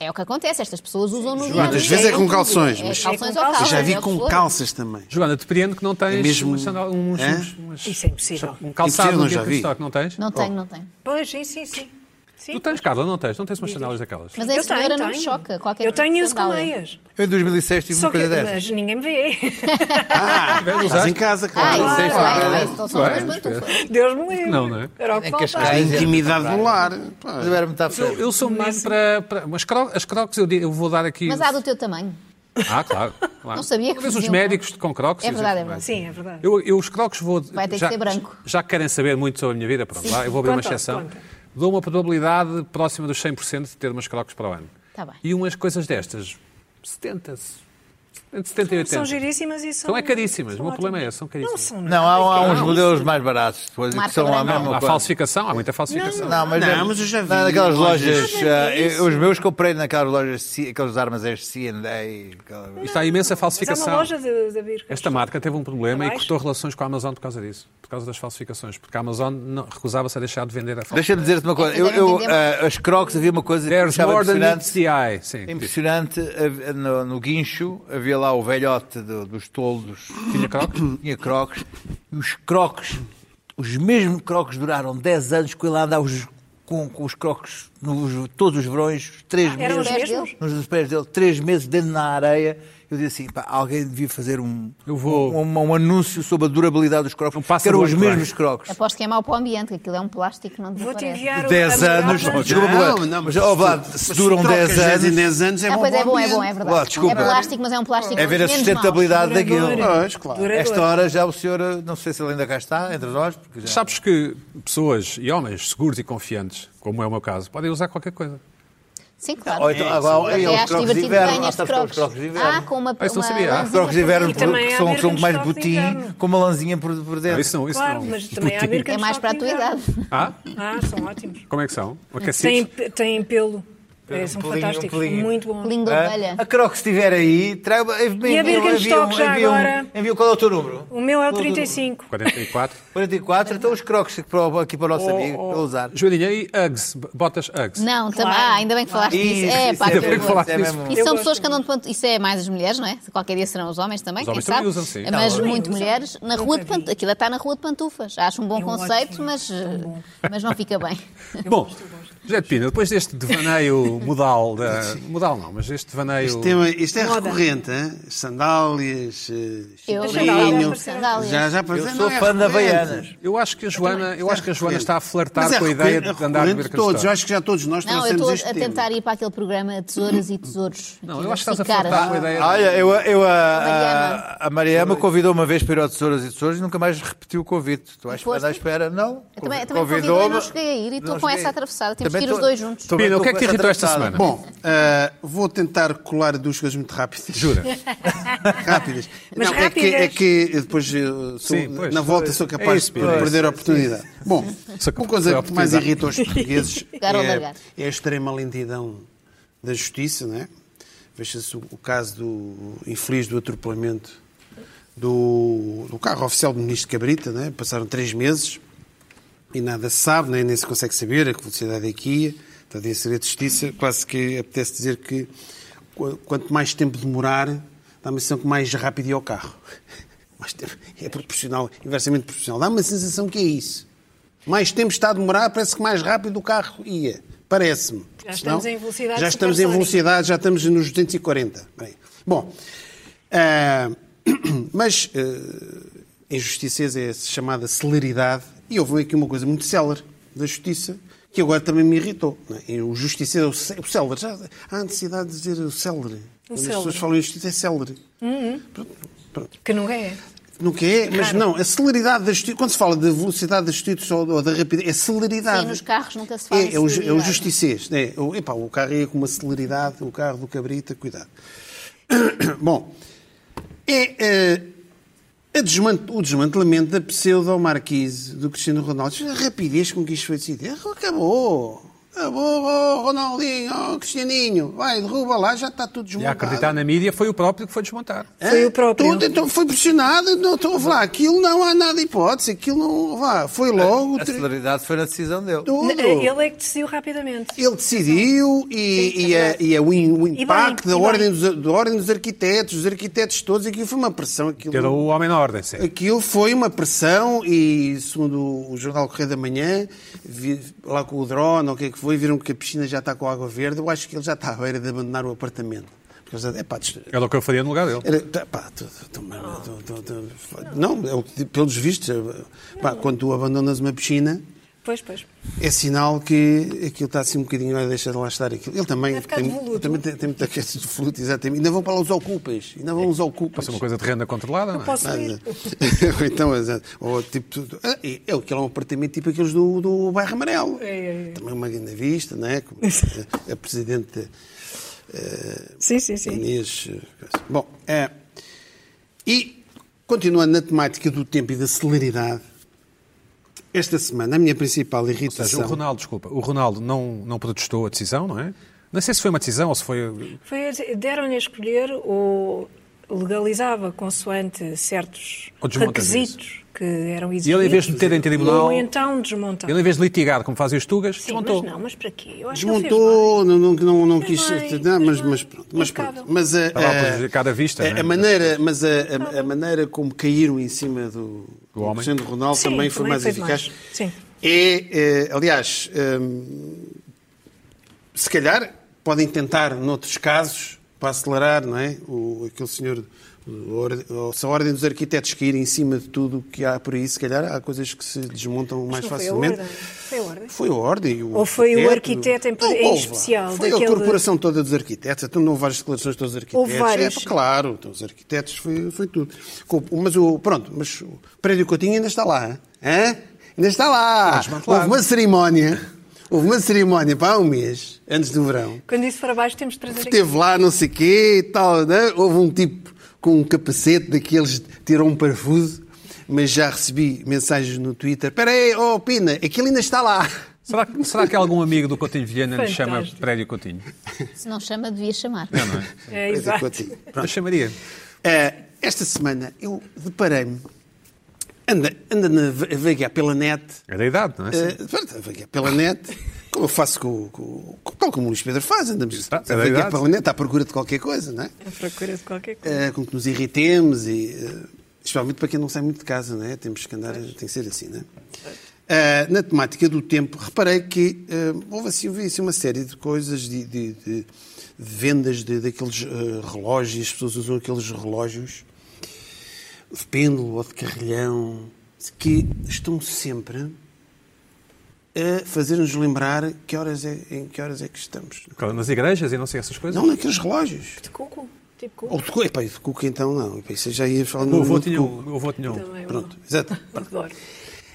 É o que acontece, estas pessoas usam no
Joana,
dia a
às
dia.
vezes é com calções, mas-
calções
Eu
ou
Eu
calças,
já
é
vi
o que
com
for.
calças também.
Joana, depreendo que não tens um
É mesmo-
umas sandá- uns-
Hã?
uns- umas-
Isso é impossível.
um calçado
Impossível, não
de
já vi.
estoque, não tens?
Não tenho, não tenho.
Pois, sim, sim, sim. Sim.
Tu tens, Carla, não tens? Não tens umas sandálias daquelas?
Mas a
Eu
senhora
tenho,
não me
tenho.
choca. Qualquer
Eu tenho isso com
sandália.
meias.
Eu em 2006 tive
Só
uma
que, é
coisa dessas.
mas ninguém me vê.
Ah, estás em casa,
Ah,
claro.
isso
Claro.
é claro.
Claro.
Então são umas
Claro.
pantufas.
Deus me livre.
Não, não é?
Era o que
Em Cascais.
faltava.
A intimidade do lar. pá.
Eu era muito à
Eu,
frente.
eu sou menino para, para. Mas cro- as crocs eu, di- eu vou dar aqui.
Mas há do teu tamanho.
Ah, claro. claro.
Não sabia que
Mas os
faziam
médicos com crocs.
É verdade, é
eu-
verdade.
Sim, é verdade.
Eu, eu os crocs vou.
Vai ter que
já,
ser branco.
Já querem saber muito sobre a minha vida, pronto, lá, eu vou abrir uma
Conta,
exceção.
conta.
Dou uma probabilidade próxima dos 100% de ter umas crocs para o ano.
Tá bem.
E umas coisas destas, 70 se Entre 70 e 80.
São giríssimas e são.
São é caríssimas,
são
o meu problema é
ótimas.
esse, são caríssimas.
Não são
Não, há, há uns modelos mais baratos depois que
Marca
são a
branca.
mesma
Não, há
coisa.
falsificação, há muita falsificação.
Não, mas,
Não,
é-
mas eu já vi
Naquelas lojas,
lojas-
ah, eu- os meus comprei naquelas lojas, C- aqueles armazéns C&A. aquela-
Isto há imensa
Mas é
falsificação.
uma loja de, de bircas.
Esta marca teve um problema e
Abaixo.
cortou relações com a Amazon por causa disso, por causa das falsificações, porque a Amazon não- recusava-se a deixar de vender a falsificação.
Deixa-me dizer-te uma coisa. Eu, eu, ah, as crocs, havia uma coisa que me
There's
achava
more than
impressionante.
meets the eye. Sim.
É Impressionante, hav- no, no guincho havia lá o velhote do- dos toldos,
Tinha crocs?
tinha crocs, e os crocs, os mesmos crocs duraram 10 anos com ele a andar os- com, com os crocs nos, todos os verões, 3
Ah, Eram os
meses,
mesmos?
nos pés dele, 3 meses dentro na areia. Eu disse assim, pá, alguém devia fazer um,
Eu vou-
um, um- um anúncio sobre a durabilidade dos crocs,
Um
que
pássaro
eram os
muito
mesmos crocs.
Aposto que é mau para o ambiente, que aquilo é um plástico que não
Vou-te
desaparece.
enviar o-
10
a melhor
anos,
loja.
desculpa, Vlad, mas, ó, Vlad, se duram 10
trocas
anos-
em 10 anos é
Ah,
bom.
pois é
para o
bom, é bom, é
ambiente.
verdade.
Lá, desculpa.
É plástico, mas é um plástico
É ver a
menos mau.
sustentabilidade
Duradouro.
daquilo.
Pois, claro.
Duradouro.
Esta hora já o senhor, não sei se ele ainda cá está, entre nós, porque já...
Sabes que pessoas e homens seguros e confiantes, como é o meu caso, podem usar qualquer coisa.
Sim, claro.
Ou então, agora,
Até
é, os
acho
crocos de
divertido
inverno,
ganhas de
lá está os crocos de
crocos.
inverno.
Ah, com uma
Ah, isso não sabia.
uma
Há
crocos de
lanzinha
inverno
E também
que
há
são,
bircas
são
de
mais
crocos de
botim,
inverno.
com uma lãzinha por, por dentro.
Isso não, isso
Claro,
não.
mas também há bircas
É mais
de
para a tua
chocolate.
idade.
Ah?
Ah, são ótimos.
Como é que são?
Têm,
Aquecidos?
têm pelo. É, são
pelinho, um
fantásticos.
pelinho.
Muito bons.
Lindo
Ah,
ovelha.
A croc se estiver aí, traga...
E a Birkenstock já agora?
Envia qual é o teu número?
O meu é o 35.
44?
44, então os crocs aqui para o, aqui para o nosso amigo, para usar.
Joaninha, e Uggs? Botas Uggs?
Não, também. Ah, ainda bem que falaste disso. É, pá,
ainda bem
que
que
horror.
falaste
é
disso.
mesmo-
Isso
Eu
são
gosto
pessoas que andam de pantu... Isso é mais as mulheres, não é? Qualquer dia serão os homens também,
Os homens
quem
também
sabe. É,
usam, sim. Tá
Mas
Não,
muito
usam.
mulheres na
Nunca
rua de
vi.
pant... Aquilo está na rua de pantufas. Acho um bom
É
Eu
conceito,
ótimo.
mas,
um
Tão bom.
mas não fica bem.
Bom, José de Pina, depois deste devaneio modal, da... modal não, mas este devaneio...
Este tema- Isto é
Moda.
recorrente, hein? sandálias, eh,
Eu
chinelinho.
sandálias.
Já, é já
Eu sou fã da Havaianas.
Eu acho que a Joana, eu acho que a Joana está a flertar
Mas é
com a ideia
recorrente-
de andar de
recorrente
Birkenstock.
todos. Eu acho que já todos nós
Não, eu
trouxemos
estou
este
a tentar ir para aquele programa Tesouras e Tesouros.
Não,
Aquilo
eu acho que estás a
ficar-
flertar com a ideia...
Olha, eu, eu a,
Mariana.
a Mariama convidou uma vez para ir ao Tesouras e Tesouras e nunca mais repetiu o convite. Tu vais
Foste?
à espera? Não.
Eu também, também
Convidou-me.
convidou e não cheguei a ir e estou
Não
com
cheguei.
essa atravessada. Temos
Também
que ir os
estou-
dois juntos.
estou-
Pina, o que é
com
que te
essa
irritou esta
atravessada.
semana?
Bom, ah, vou tentar colar duas coisas muito rápidas.
É
Jura?
Rápidas.
Mas
é que- É
rápidas.
que, eu depois eu sou-
Sim, pois,
na volta
pois.
sou
É
capaz
isso,
de
pois.
perder a oportunidade. Bom,
Sou capaz de
uma
perder
coisa
a
que mais
oportunidade.
irrita os portugueses
Dar ou largar.
é, é a extrema lentidão da justiça, não é? Veja-se o, o caso do infeliz do atropelamento do, do carro oficial do ministro Cabrita, não é? Passaram três meses e nada se sabe, nem, nem se consegue saber a que velocidade é que ia. Está a Segredo de Justiça, quase que apetece dizer que qu- quanto mais tempo demorar, dá uma sensação que mais rápido ia ao carro. Mais tempo- é proporcional, inversamente proporcional. Dá uma sensação que é isso. Mais tempo está a demorar, parece que mais rápido o carro ia. Parece-me.
Já estamos
Senão-
em velocidade
Já estamos em
supersónica.
velocidade, já estamos nos 240. Bem, Bom, ah, mas eh, a injustiças é essa chamada celeridade, e houve aqui uma coisa muito célere da justiça, que agora também me irritou. não é? E O justiceiro é o cé- o célere. Já há necessidade de dizer o célere. Quando as
célere.
pessoas falam em justiça, é célere.
Que não é.
Nunca é, mas não, a celeridade da justiça, quando se fala de velocidade da justiça ou ou da rapidez, é celeridade.
Sim, nos carros nunca se fala
É,
em
é, o, ju- é o
celeridade.
justicês. né? O- epá, o carro ia com uma celeridade, o carro do Cabrita, cuidado. Bom, é, eh, a desman- o desmantelamento da pseudo-marquise do Cristiano Ronaldo. A rapidez com que isto foi decidido. Acabou. Ah, oh, oh, Ronaldinho, oh, Cristianinho, vai, derruba lá, já está tudo
E a
desmontado.
acreditar na mídia foi o próprio que foi desmontar.
Foi o próprio.
Tudo, então foi pressionado, não estou a falar, aquilo não há nada de hipótese, aquilo não vá, foi logo
A
tri-
celeridade foi na decisão dele.
tudo.
Ele é que decidiu rapidamente.
Ele decidiu e,
Sim,
e a- e a- o, in- o
bem,
impacto
e
da
bem.
ordem dos, da ordem dos arquitetos, os arquitetos todos, aquilo foi uma pressão. Aquilo,
Ter é um- o homem na ordem, sim.
Aquilo foi uma pressão e, segundo o Jornal Correio da Manhã, vi- lá com o drone, ou o que é que foi, viram que a piscina já está com água verde. Eu acho que ele já está à beira de abandonar o apartamento. Porque eles é pá, isto-
Era o que eu faria no lugar dele.
era, tá, pá, tu- tu- tu- tu- tu- tu- não, é o que- pelos vistos, é, pá, quando tu abandonas uma piscina,
Pois, pois.
é sinal que aquilo está assim um bocadinho, olha, deixa de lá estar aquilo. Ele também
Vai ficar
tem,
devoluto.
também tem, tem muita questão de fruto, exatamente. Ainda vão para lá os ocupas, ainda vão os
Pode
ocupas.
ser é uma coisa de renda controlada,
Ah,
não é?
Posso ir?
ou então, exato. ou tipo, tudo. Ah, e- é, aquilo é um apartamento tipo aqueles do, do bairro amarelo.
É, é, é.
Também uma grande vista, não é? Como a, a presidente
Sim, sim, sim.
Inês. eh, Bom, é, e continuando na temática do tempo e da celeridade, esta semana a minha principal
Ou seja,
irritação.
o Ronaldo, desculpa, o Ronaldo não, não protestou a decisão, não é? Não sei se foi uma decisão ou se foi.
Foi- Deram-lhe a escolher ou legalizava consoante certos
Ou desmontas
requisitos que eram
E
exigidos.
ele, em vez de meter em tribunal,
Ou então desmontava.
ele, em vez de litigar como fazem os Tugas,
Sim,
desmontou.
mas não, mas para quê? Eu acho que ele fez
Desmontou, não, não, não, não
Fez
quis.
bem,
não,
fez
mas,
bem.
mas pronto. Mas, pronto.
Impecável.
mas a,
Estava a
a-
prejudicar a vista,
a-
não é?
a maneira, mas a, a- a maneira como caíram em cima do,
Do homem.
Cristiano Ronaldo
Sim,
também foi
também
mais
foi
eficaz.
demais. Sim.
É, eh, aliás, hum, se calhar podem tentar, noutros casos, para acelerar, não é? O, aquele senhor. o orde- ou Se a ordem dos arquitetos cair em cima de tudo o que há por aí, se calhar há coisas que se desmontam mais
Não
facilmente.
Foi a ordem. Foi a ordem.
Foi a ordem.
Ou foi o arquiteto em- em
houve lá.
especial,
Foi
daquele-
a corporação toda dos arquitetos. Então não houve várias declarações dos arquitetos.
Houve várias.
É, pá, claro, então, os arquitetos foi, foi tudo. Com- Mas o, pronto, mas o prédio que eu tinha ainda está lá. Hã? Ainda está lá.
desmantelado.
Houve uma cerimónia. Houve uma cerimónia para há um mês, antes do verão.
Quando isso for abaixo, temos de trazer aqui.
Esteve lá, não sei quê e tal. né? Houve um tipo com um capacete daqueles, tirou um parafuso. Mas já recebi mensagens no Twitter. Espera aí, oh Pina, aquilo ainda está lá.
Será, que- será que algum amigo do Coutinho Vilhena lhe chama
Fantástico.
Prédio Coutinho?
Se não chama, devia chamar.
É,
Coisa que
exato.
eu tinha.
Eu chamaria.
Eh, esta semana eu deparei-me, anda, anda na- a vaguear pela net,
É da idade, não é? Sim.
eh, pronto, a vaguear pela net, como eu faço com, com, com- tal como o Luís Pedro faz, andamos a
Exato, é da
vaguear
idade.
pela net à procura de qualquer coisa, não é?
À procura de qualquer coisa.
Eh, com que nos irritemos e. eh, especialmente para quem não sai muito de casa, não é? Temos que andar, tem que ser assim, não é? Eh, na temática do tempo, reparei que eh, houve assim, houve assim uma série de coisas, de, de- de- de vendas de, daqueles eh, relógios, as pessoas usam aqueles relógios de pêndulo ou de carrilhão, que estão sempre a fazer-nos lembrar que horas é, em que horas é que estamos.
Nas igrejas e não sei essas coisas.
Não naqueles relógios.
De cuco. Tipo cuco.
Ou de cu, epá, e de cuca então não. Epá, isso já ia falar
O
no
avô
no
tinha
cuca.
um. O avô tinha um.
Também,
Pronto, exato.
Adoro.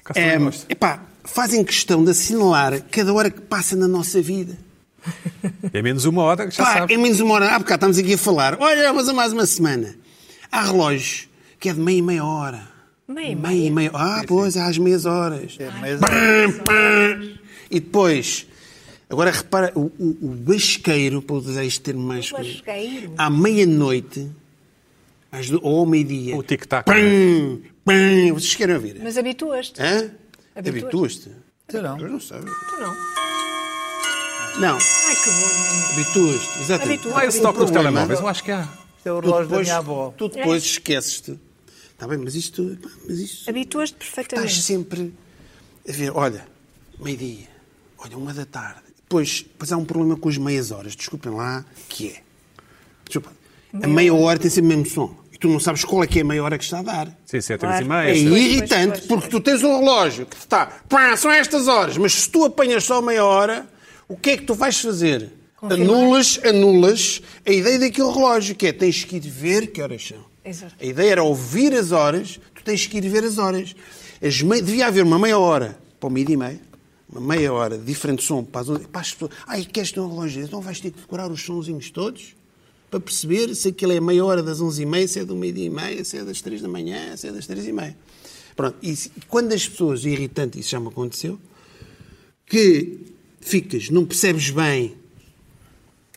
Cá está
É,
um gosto.
epá, fazem questão de assinalar cada hora que passa na nossa vida.
É menos uma hora, já
Pá,
sabe.
em menos uma hora, há bocado estamos aqui a falar. Olha, mas há mais uma semana. Há relógios que é de meia e meia hora.
Meia e
e meia. Ah, pois, há as meias horas.
É.
Pam, pam. E depois, agora repara, o, o, o basqueiro, para usar este termo mais...
O basqueiro.
À meia-noite, às du- ou ao meio-dia.
O tic-tac.
Pam, pam. Vocês querem ouvir?
Mas habituas-te.
Hã?
Habituas-te.
Habituas-te?
Tu não.
Eu não sei.
Tu não.
Não,
Ai, que bom.
habituas-te, exatamente.
Habituas-te.
Ah, esse toque
O
dos
problema-
telemóveis, eu acho que há.
Este é o
Tu
relógio da
depois,
minha avó.
tu depois esqueces-te. Está bem, mas isto, pá, mas isto
Habituas-te
estás
perfeitamente.
sempre a ver, olha, meio-dia, olha, uma da tarde. Depois, depois há um problema com as meias horas, desculpem lá, que é. Desculpa. A meia hora tem sempre o mesmo som. E tu não sabes qual é que é a meia hora que está a dar.
Sim, sim, é três
Claro.
e
É
meia.
Pois,
irritante,
pois, pois,
porque tu tens um relógio que te está, pá, são estas horas, mas se tu apanhas só meia hora, o que é que tu vais fazer?
Confirmar.
Anulas, anulas a ideia daquele relógio, que é tens que ir ver que horas são.
Exato.
A ideia era ouvir as horas, tu tens que ir ver as horas. As mei- Devia haver uma meia hora para o meio-dia e meia, uma meia hora de diferente som para as onze. Para as pessoas, ai, queres ter um relógio? Então vais ter que decorar os sonzinhos todos para perceber se aquilo é meia hora das onze e meia, se é do meio-dia e meia, se é das três da manhã, se é das três e meia. é Pronto, e se- quando as pessoas, e irritante, isso já me aconteceu, que ficas, não percebes bem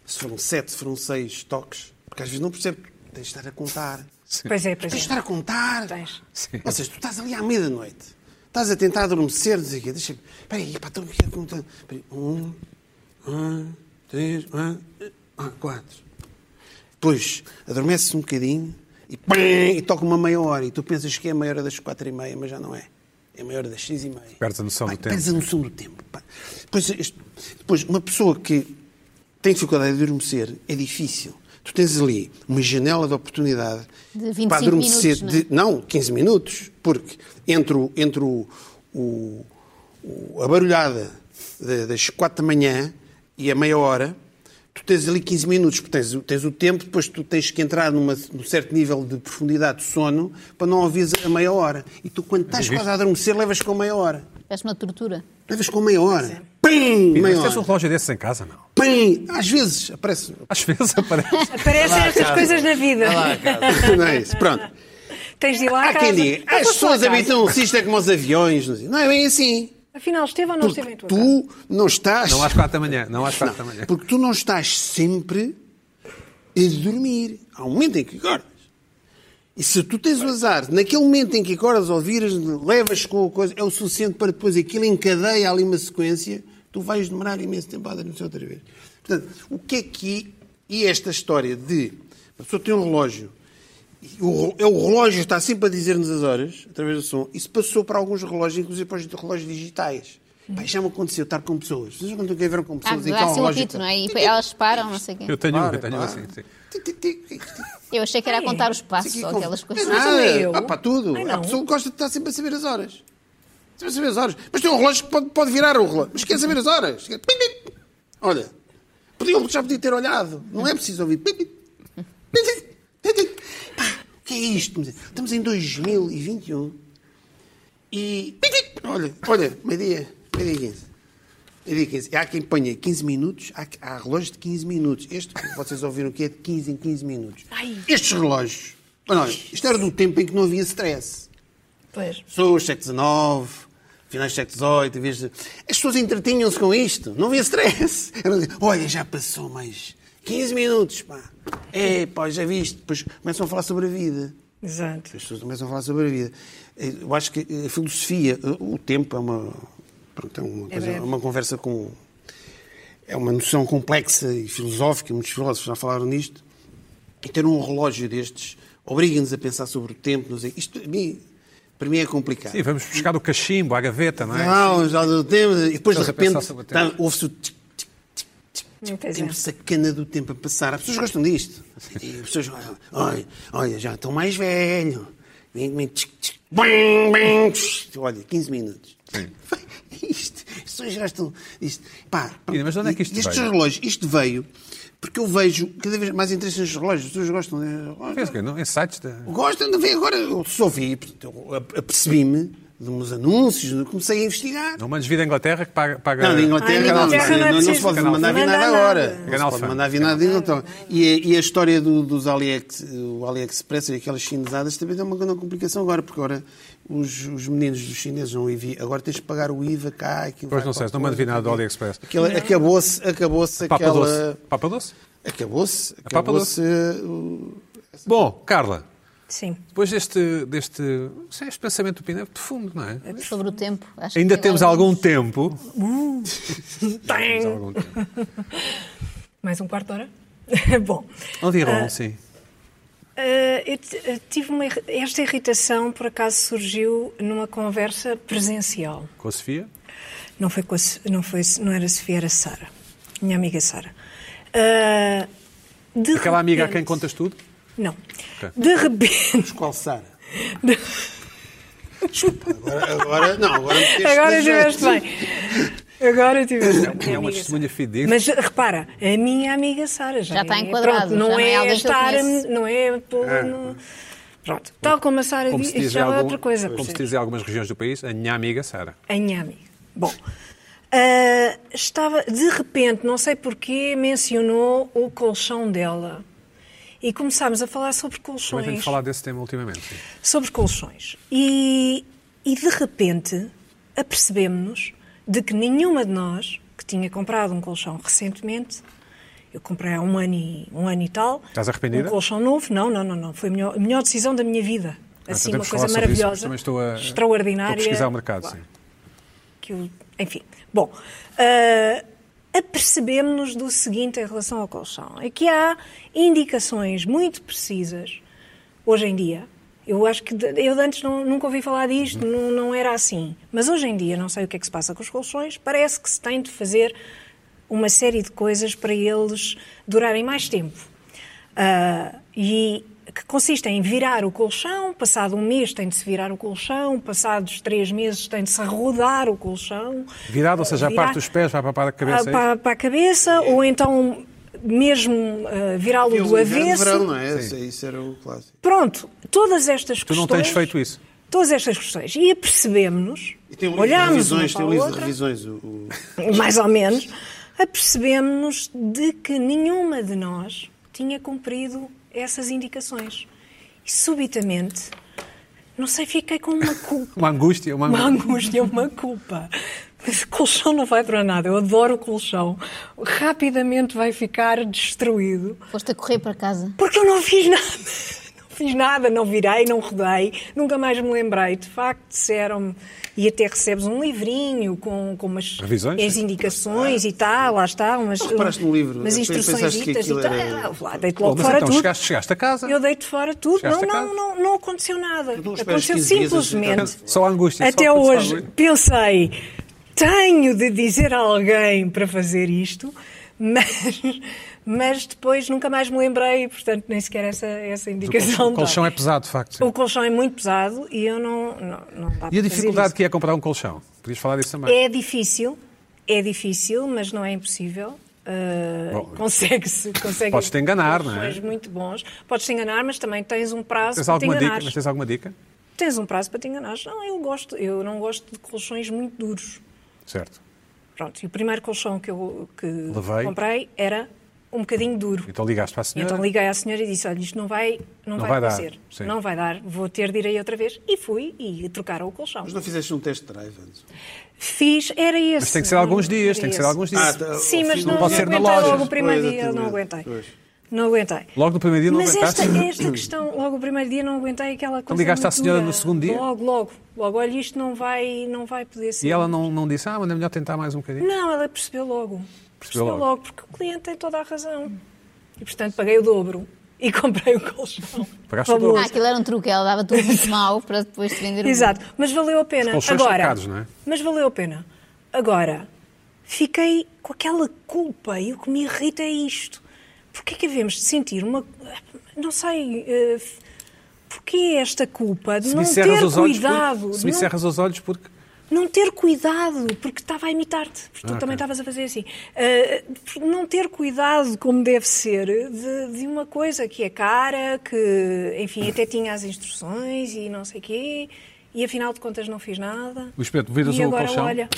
se foram sete, se foram seis toques, porque às vezes não percebes, tens de estar a contar.
Pois é,
Tens
pois
de
é.
estar a contar.
Tens.
Sim.
Ou seja, tu estás ali à meia-noite. Estás a tentar adormecer, não sei o quê. Deixa-me. Espera aí, pá, estou aqui a contar. Espera aí. Um, um, três, um, ah, quatro. Depois adormeces um bocadinho e, pá, e toca uma meia hora. E tu pensas que é a meia hora das quatro e meia, mas já não é. É a meia hora das seis e meia.
Perdes a noção
Pá,
do tempo.
Perdes a noção do tempo. pá. Depois, este- depois, uma pessoa que tem dificuldade de adormecer é difícil. Tu tens ali uma janela de oportunidade
De 25
para adormecer
minutos, é?
de- não, 15 minutos, porque entre, o- entre o, o- o- a barulhada da- das 4 da manhã e a meia hora, tu tens ali 15 minutos, porque tens, o- tens o tempo, depois tu tens que entrar numa- num certo nível de profundidade de sono para não ouvires a meia hora. E tu, quando estás quase a adormecer, levas com meia hora.
Parece uma tortura.
Levas com meia hora. Pim!
Mas
Meia
tens um
hora.
relógio desses em casa, não?
Pim! Às vezes aparece.
Às vezes aparece.
Aparecem estas coisas na vida.
Não é isso. Pronto.
Tens de ir lá à
Há quem
casa.
diga,
Eu
as
vou lá à
pessoas
casa.
habitam-se isto é como os aviões. Não é bem assim.
Afinal, esteve ou não esteve
Porque
em tua casa?
tu não estás.
Não às quatro da manhã. Não às
Não,
quatro da manhã.
porque tu não estás sempre a dormir. Há um momento em que acordas. E se tu tens o azar, naquele momento em que acordas ou viras, levas com a coisa, é o suficiente para depois aquilo encadeia ali uma sequência, tu vais demorar imenso tempo a adormecer outra vez. Portanto, o que é que. E esta história de. A pessoa tem um relógio. e O, rel- é o relógio está sempre a dizer-nos as horas, através do som. Isso passou para alguns relógios, inclusive para os relógios digitais. Pá, já me aconteceu estar com pessoas. Vocês não tiveram com
Ah,
pessoas em que há
dá
um
assim um
relógio.
apito, não é? E elas param, não sei o quê.
Eu tenho um, eu
Para,
tenho um
para.
assim. sim.
Ti, ti, ti, ti, ti.
Eu achei que era a contar os passos
Isso aqui
ou
com-
aquelas
Não
coisas.
É nada.
Mas Ah, eu-
Há para tudo.
Ai, não.
a pessoa que gosta de estar sempre a saber as horas. Sempre a saber as horas. Mas tem um relógio que pode, pode virar o relógio. Mas quer saber as horas. Quer- Pim, pim. Olha, podia, já podia ter olhado. Não é preciso ouvir. Pim, pim. Pim, pim. Pim, pim. Pá, o que é isto? Estamos em 2021 e... Pim, pim. Olha, olha, meio-dia, meio-dia e quinze. Eu digo 15. Há quem ponha 15 minutos, há, há relógios de 15 minutos. Este, que vocês ouviram que é de 15 em 15 minutos.
Ai.
Estes relógios. Olha, isto era do tempo em que não havia stress.
Pois.
Pessoas, século XIX, finais do século XVIII, havia- as pessoas entretinham-se com isto. Não havia stress. Era dizer, Olha, já passou mais 15 minutos, pá. É, pá, já viste. Depois começam a falar sobre a vida.
Exato.
As pessoas começam a falar sobre a vida. Eu acho que a filosofia, o tempo é uma, pronto, é uma, coisa-
breve.
é uma conversa com. É uma noção complexa e filosófica, muitos filósofos já falaram nisto. E ter um relógio destes obriga-nos a pensar sobre o tempo. Não sei, isto a mim, para mim é complicado.
Sim, vamos buscar o cachimbo, a gaveta, não é?
Não, já do tempo. E depois de
Estás a pensar
repente
sobre o
tá-
tempo.
ouve-se o tic, tic, tic, tic,
Não tens
tempo
nada.
sacana do tempo a passar. As pessoas gostam disto. E as pessoas olha, olha, olha já estou mais velho. Vem, vem, tchic, tchic, bim, bim, tch. Olha, 15 minutos. Isto, as pessoas gastam isto. Pá,
Ina, mas de onde é que isto
e estes
veio?
relógios, isto veio porque eu vejo cada vez mais interesse nos relógios. As pessoas gostam de
Fez o quê? Não? Insights da...
Gostam de ver agora, eu só vi, portanto, eu ap- apercebi-me de uns anúncios, eu comecei a investigar.
Não mandes vir à Inglaterra que paga... paga...
Não, de Inglaterra,
Ah, na
não,
Inglaterra
não,
não é
não, se
preciso.
pode mandar vir
Mandar
nada
nada.
agora. Não
Canal
se pode
Fan.
mandar vir nada de Inglaterra. E, a- e a história do, dos AliEx, o AliExpress e aquelas chinesadas também dá uma grande complicação agora, porque agora os, os meninos dos chineses não IVI, agora tens de pagar o IVA cá. Aquilo
Pois não
vai para
sei, não
o-
mando vir nada do AliExpress.
Aquilo- Acabou-se acabou-se
Papa
aquela.
doce. Papa doce?
Acabou-se.
Papa
Acabou-se. uh, o-
Bom, Carla,
Sim.
depois deste, deste sim, este pensamento do Pina é profundo, não é?
Sobre o tempo. Acho que
Ainda
agora
É
temos
vamos-
algum tempo. Temos
Tem.
algum tempo.
Mais um quarto de hora? Bom.
Onde
Ah.
irão, sim.
eh, eu t- eh, tive uma irri- esta irritação, por acaso, surgiu numa conversa presencial.
Com a Sofia?
Não foi com a Se- não foi não era Sofia, era Sara, minha amiga Sara. Ah, de
Aquela amiga a
repente-
quem contas tudo?
Não. De repente.
Esqualçar.
de-
Agora, agora não, é agora meteste
Agora
de jeito.
é.
estiveste bem. Agora estiveste bem. Minha
É uma
amiga
testemunha fidedigna.
Mas repara, a minha amiga Sara já,
Já está
é-
enquadrado,
pronto, não,
já não é
é
alguém que eu
estar,
conheço.
não é pô-la no- Pronto, tal como a Sara
Como
diz,
se
isso
diz, em
já é
algum-
outra coisa.
como se
percebes?
diz em algumas regiões do país, a minha amiga Sara.
A minha amiga. Bom, ah, estava, de repente, não sei porquê, mencionou o colchão dela. E começámos a falar sobre
Também
colchões.
tenho falado desse tema ultimamente.
Assim,
sim.
Sobre colchões. E, e de repente, apercebemos-nos de que nenhuma de nós, que tinha comprado um colchão recentemente. Eu comprei há um ano e, um ano e tal.
Estás arrependida?
Um colchão novo. Não, não, não. não. Foi a melhor, a melhor decisão da minha vida. Assim, uma
podemos
coisa
então falar sobre isso,
maravilhosa,
mas também estou a-
extraordinária.
Estou a pesquisar o mercado, sim.
que o- enfim. Bom, ah, apercebemos-nos do seguinte em relação ao colchão. É que há indicações muito precisas hoje em dia. Eu acho que de- eu de antes não- nunca ouvi falar disto, não, não era assim. Mas hoje em dia, não sei o que é que se passa com os colchões, parece que se tem de fazer uma série de coisas para eles durarem mais tempo. Ah, e que consistem em virar o colchão, passado um mês tem de se virar o colchão, passados três meses tem de se rodar o colchão.
Virado, ou seja, a
Virar-
parte dos pés vai para a parte da
Ah,
cabeça. é isso?
para, para a cabeça, ou então mesmo ah, virá-lo do avesso.
verão, não é? Isso, isso era o clássico.
Pronto, todas estas
Tu
questões.
não tens feito isso.
Todas estas questões. E apercebemos-nos,
E tem um livro de
olhámos uma
revisões,
para
tem
a
um livro de
outra,
revisões. O, o-
mais ou menos, apercebemos-nos de que nenhuma de nós tinha cumprido essas indicações. E subitamente, não sei, fiquei com uma culpa.
Uma angústia, uma
Uma
angústia.
angústia, uma culpa. Mas o colchão não vai para nada. Eu adoro o colchão. Rapidamente vai ficar destruído.
Foste a correr para casa.
Porque eu não fiz nada. Não fiz nada, não virei, não rodei, nunca mais me lembrei. De facto, disseram-me. E até recebes um livrinho com, com umas
Revisões,
as
sim.
indicações e tal, lá está. Umas,
Não reparaste no livro,
Umas
pe-
instruções
pensaste que
ditas e
aquilo
tal.
era-
Ah, lá, deito
Bom,
logo
mas
fora
então
tudo.
chegaste, chegaste a casa.
Eu deito fora tudo.
Chegaste
Não,
a casa?
não, não, não aconteceu nada.
Então, esperas
Aconteceu
15 dias a
simplesmente.
Só a angústia. só
Até
pensar
hoje
muito.
pensei, tenho de dizer a alguém para fazer isto, mas, mas depois nunca mais me lembrei, portanto nem sequer essa, essa
O
indicação.
colchão, o colchão
dá.
é pesado, de facto. sim.
O colchão é muito pesado e eu não, não, não dá
E a
para
dificuldade
fazer
que é comprar um colchão? Podias falar disso
isso.
também.
É difícil, é difícil, mas não é impossível. Ah,
Bom,
consegue-se, consegue
podes-te enganar, não é?
muito bons. Podes-te enganar, mas também tens um prazo
Tens
para te
alguma dica?
enganares.
Mas tens alguma dica?
Tens um prazo para te enganares. Não, eu gosto, eu não gosto de colchões muito duros.
Certo.
Pronto, e o primeiro colchão que eu que
Levei.
comprei era um bocadinho duro.
Então ligaste para a
E
senhora.
então liguei à senhora e disse: Olha, isto não vai, não
Não
vai,
vai dar,
acontecer.
sim.
Não vai dar, vou ter de ir aí outra vez. E fui e trocaram o colchão.
Mas não fizeste um teste de drive antes?
Fiz, era esse.
Mas tem que ser alguns dias,
Era
tem que ser
esse.
alguns dias.
tá,
Sim,
ao
mas
fim
não,
pode
do-
não
ser na
aguentei
loja.
logo o primeiro
Pois,
dia,
eu
não
também,
aguentei.
pois.
Não aguentei.
Logo no primeiro dia não
Mas esta,
aguentaste?
esta é- questão, logo o primeiro dia não aguentei aquela coisa.
ligaste à
muito
senhora
dura.
no segundo dia?
Logo, logo, logo. Olha, isto não vai, não vai poder ser.
E ela não, não disse, ah, mas é melhor tentar mais um bocadinho.
Não, ela percebeu logo. Percebeu,
logo.
logo. porque o cliente tem toda a razão. E, portanto, paguei o dobro e comprei o colchão.
Pagaste o dobro.
Valor.
Pois.
Ah, aquilo era um truque, ela dava tudo muito mal para depois te vender o
Exato, mas valeu a pena.
Os colchões
Agora,
trocados, não é?
Mas valeu a pena. Agora, fiquei com aquela culpa e o que me irrita é isto. Porquê que havemos de sentir uma... Não sei... eh, Porquê esta culpa de
Se
não
me cerras
ter
os olhos,
cuidado?
porque-
de
se me
não
cerras os olhos, porque
não ter cuidado, porque estava a imitar-te,
Ah,
porque tu também estavas a fazer assim. Uh, não ter cuidado, como deve ser, de, de uma coisa que é cara, que, enfim, até tinha as instruções e não sei quê, e afinal de contas não fiz nada.
Luís Pedro, viras
e
o
agora,
colchão?
olha,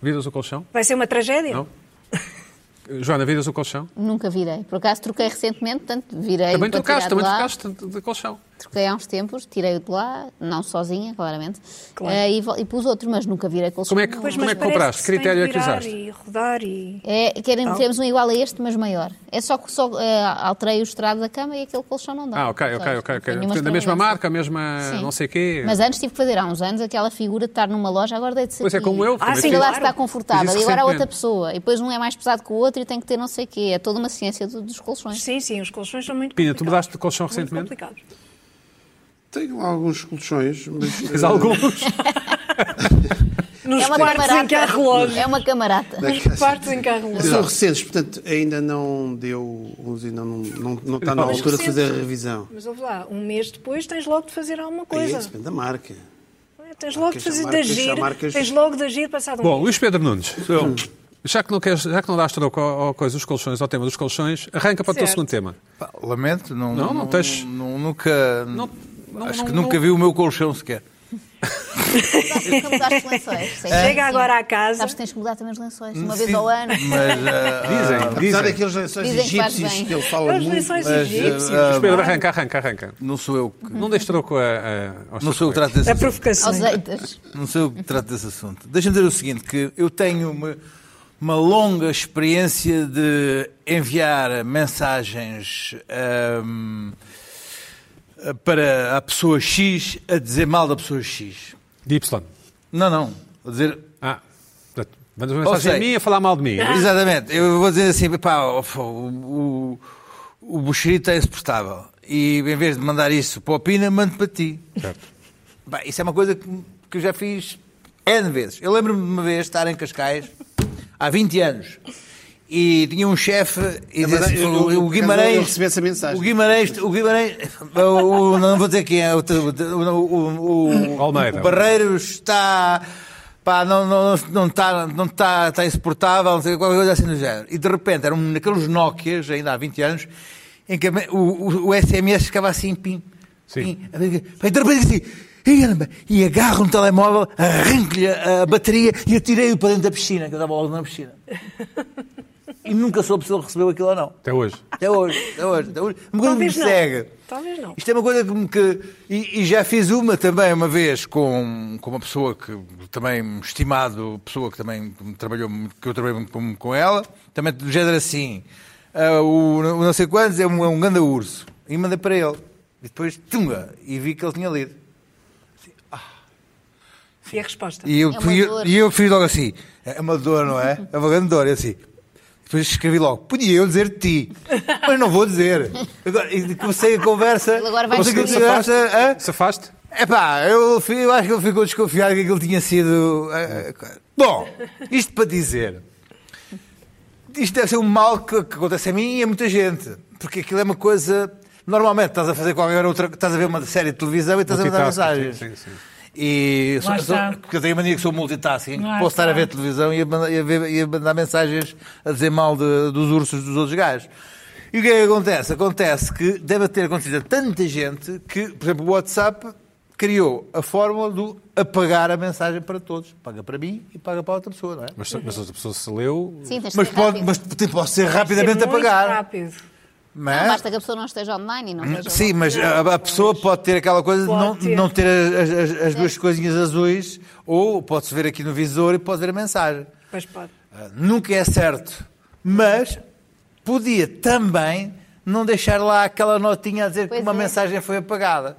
Viras o colchão?
vai ser uma tragédia?
Não? Joana, viras o colchão?
meu. Nunca virei. Por acaso troquei recentemente, portanto virei.
Também
para
trocaste,
tirar de
também
lá.
trocaste de- de colchão.
Troquei há uns tempos, tirei-o de lá, não sozinha, claramente,
Claro.
eh, e, vol- e pus outro, mas nunca virei colchão.
Como é que-
Não.
Pois,
Como
mas
é que
parece
compraste?
se tem
Critério é
de
que
virar
usaste?
E rodar e...
É, querem,
Então.
queremos um igual a este, mas maior. É só que só, eh, alterei o estrado da cama e aquele colchão não dá.
Ah, ok, ok, ok. ok.
Tenho uma
Portanto, Da mesma
experiência.
marca, a mesma
Sim.
não sei quê.
assim, Mas antes tive que fazer, há uns anos, aquela figura de estar numa loja, agora dei de ser.
Pois é, como eu, que
Ah,
também
sim,
fiz.
lá
Claro.
está confortável.
Fiz
E
isso
agora há outra
recentemente.
pessoa. E depois um é mais pesado que o outro e tem que ter não sei o quê. É toda uma ciência do- dos colchões.
Sim, sim, os colchões são muito
Pina,
complicados.
tu mudaste de colchão
Muito
recentemente?
complicados.
Tenho alguns colchões, mas.
Tens alguns.
Nos
É uma
quartos em que há
camarada.
relógio.
É uma camarada.
Nos quartos em que há relógio.
eh, São recentes, portanto, ainda não deu. Ainda não, não, não está na
Mas
altura de
recentes.
fazer a revisão.
Mas ouve lá, um mês depois tens logo de fazer alguma
É
coisa.
isso, depende da marca.
É, Tens logo de
Marcas,
fazer de
marcas,
agir,
marcas.
tens logo de agir passado um
Bom,
mês.
Luís Pedro Nunes, já que não, queres, já que não dás troco ao, ao coisa dos colchões, ao tema dos colchões, arranca para o teu
Certo.
segundo tema.
Pá, Lamento, não,
Não, não tens-
não- nunca.
não,
acho
não,
que
não.
nunca vi o meu colchão sequer.
Nunca mudaste lençóis. sei que
É. Chega
sim.
agora à casa.
Sabes que tens que mudar também os lençóis, uma
Sim,
vez ao ano.
Mas, ah,
Dizem,
Apesar
dizem.
daqueles lençóis
Dizem que faz
egípcios
bem.
que ele fala
As
muito.
lençóis
mas,
egípcios.
ah,
Luís Pedro, arranca, arranca, arranca.
não sou eu que.
Não deixes troco a, a, aos
Não sou eu que
trocos.
trato
É
A
desse assunto.
é-
provocação.
Aos eitas.
Não sou eu que trato desse assunto. Deixa-me dizer o seguinte: que eu tenho uma, uma longa experiência de enviar mensagens ahm, para a pessoa X a dizer mal da pessoa X.
De Y.
Não, não. A dizer.
Ah, portanto, mandas uma mensagem
sei.
a mim a falar mal de mim.
Exatamente. Eu vou dizer assim, pá, o, o, o Buxerito é insuportável. E em vez de mandar isso para o Pina, mando para ti.
Certo.
Bem, isso é uma coisa que, que eu já fiz N vezes. Eu lembro-me de uma vez estar em Cascais, há 20 anos, e tinha um chefe, e
É verdade,
dizia assim,
eu- eu- eu-
o, o Guimarães...
eu recebi essa mensagem.
O Guimarães... O Guimarães o- o- não vou dizer quem é, o, o, o, o,
Almeida.
o Barreiros está... Pá, não, não, não, está, não está, está insuportável, não sei, qualquer coisa assim do género. E de repente, eram naqueles Nokias, ainda há 20 anos, em que a me- o, o, o SMS ficava assim, pim,
Sim.
pim, Vai de repente assim, "Ei, caramba", e agarro um telemóvel, arranco-lhe a bateria e atirei-o para dentro da piscina, que eu estava logo na piscina. E nunca soube se ele recebeu aquilo ou não.
Até hoje.
Até hoje, até hoje, até hoje. Uma coisa que me
Talvez não.
segue.
Talvez não.
Isto é uma coisa que. me- que e, e já fiz uma também, uma vez, com, com uma pessoa que também, um estimado, pessoa que também que me trabalhou, muito- que eu trabalhei muito com, com ela, também do género assim. ah, o, o não sei quantos é um, é um ganda urso. E mandei para ele. E depois, tunga! E vi que ele tinha lido.
E a resposta?
E eu,
É uma
fui-
dor.
e eu fiz logo assim. É uma dor, não é? É uma grande dor. E assim. Depois escrevi logo, podia eu dizer de ti, mas não vou dizer. Agora, e comecei a conversa.
Ele agora vai
comecei a
descobrir.
conversa. hã?
Safaste?
Epá, eu, fi- eu acho que ele ficou desconfiado que aquilo tinha sido. eh, eh, Bom, isto para dizer. Isto deve ser um mal que, que acontece a mim e a muita gente. Porque aquilo é uma coisa. Normalmente estás a fazer qualquer outra. Estás a ver uma série de televisão e estás a mandar
Multitasking,
mensagens.
sim, sim, sim.
E sou-
Lá
sou-
está.
porque eu tenho a mania que sou multitasking.
Lá
Posso estar
está.
a ver televisão e a, mandar, e a ver- e a mandar mensagens a dizer mal de- dos ursos dos outros gajos. E o que é que acontece? Acontece que deve ter acontecido a tanta gente que, por exemplo, o WhatsApp criou a fórmula do apagar a mensagem para todos. Paga para mim e paga para outra pessoa, não é?
Mas, mas a pessoa se leu.
Sim, tens de
Mas,
ser
pode,
rápido.
mas te- pode ser rapidamente
Ser É muito
apagar.
rápido.
Não
Não
é?
basta que a pessoa não esteja online e não
é
esteja
Hum, Sim, mas a, a pessoa pode ter aquela coisa de
Pode
não
ter. É.
não ter as, as- as duas coisinhas azuis, ou pode-se ver aqui no visor e pode ver a mensagem.
Pois pode.
Ah, Nunca é certo, mas podia também não deixar lá aquela notinha a dizer
Pois
que uma
é.
mensagem foi apagada.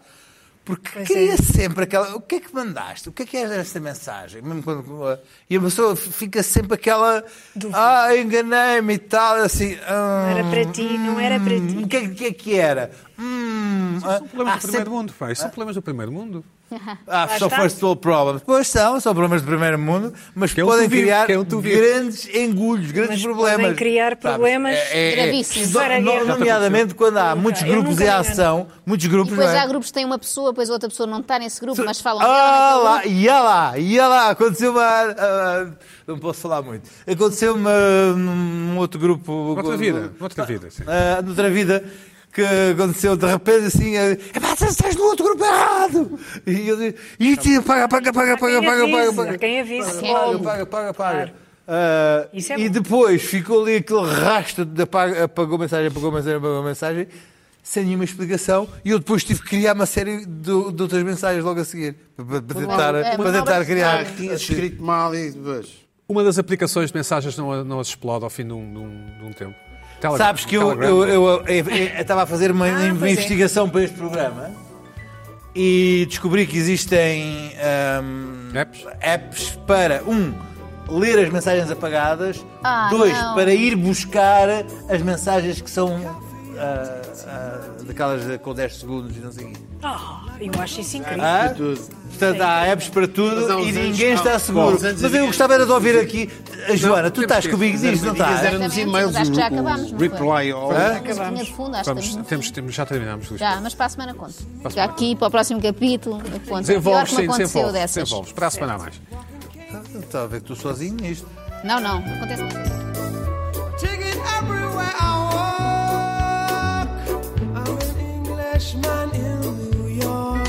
Porque
Pois
cria
é.
sempre aquela. O que é que mandaste? O que é que era esta mensagem? Mesmo quando- ah, E a pessoa fica sempre aquela. Ah, enganei-me e tal. Assim, "Ah,
Era para ti, não era para ti."
hum, O que é que, é que era? Hum, ah,
São problemas um
há
do primeiro
sempre-
mundo, pá.
Ah.
Isso São problemas do primeiro mundo.
ah, só
está.
first world problems. Pois são, são problemas do primeiro mundo, mas
Que é onde
podem
tu vives,
criar
que é onde tu vives.
grandes engulhos, grandes
Mas
problemas.
podem criar
Sabes, é-
problemas
gravíssimos.
no-
Para a
no-
guerra.
nomeadamente quando há muitos
Eu nunca
grupos em
vi nada.
ação, muitos
E
grupos.
depois
não é?
há grupos que têm uma pessoa, depois outra pessoa não está nesse grupo, mas falam
Ah
dela naquele
lá, ia lá, ia lá, aconteceu uma. ah, não posso falar muito. Aconteceu uma num outro grupo.
Noutra vida, noutra vida, sim.
Ah, noutra vida que aconteceu de repente assim, eh, epá, tu estás no outro grupo errado! E eu digo, isto paga, paga, paga, paga,
quem
paga, paga,
avise,
paga.
há quem avise,
Paga,
logo.
Paga, paga, paga, paga.
Claro.
Ah,
Isso é
e
bom.
depois ficou ali aquele rastro de apaga- apagou mensagem, apagou mensagem, apagou mensagem, sem nenhuma explicação, e eu depois tive que criar uma série de, de outras mensagens logo a seguir, para, para tentar,
é,
para tentar
novas
criar.
mensagens.
Tinha escrito mal e depois.
Uma das aplicações de mensagens não, não as explode ao fim de um, de um- de um tempo. Telegram.
Sabes que eu
Telegram.
eu- eu- eu- eu estava a fazer uma,
Ah,
uma
pois é.
investigação para este programa e descobri que existem ahm,
Apps?
apps para, um, ler as mensagens apagadas,
Ah,
dois,
não.
para ir buscar as mensagens que são ah, ah, daquelas de- com 10 segundos e não sei o quê.
Ah, eu acho isso incrível.
Ah?
tudo.
Portanto, há apps para
Mas há
tudo
uns
e
anos-
ninguém
há-
está seguro.
há uns anos
Mas eu
havia-
gostava era de ouvir aqui. A Joana, tu estás comigo disso, não
Mas
estás?
era nos
Tá. Exatamente,
e-mails,
mas acho que já
o- o
acabámos, não foi?
reply all.
grupo.
Hã?
Uma musiquinha de fundo, acho que
Vamos,
estamos-
temos, temos, já terminámos, Luís.
Já, mas para a semana conto. Já aqui, para o próximo capítulo, eu conto.
Desenvolves,
Pior que
sim,
me aconteceu
desenvolves.
dessas.
Desenvolves. Para a semana há mais.
Estava Então, a ver que tu sozinho nisto.
Não, não, acontece mais.
Taking everywhere I walk. I'm an Englishman in New York.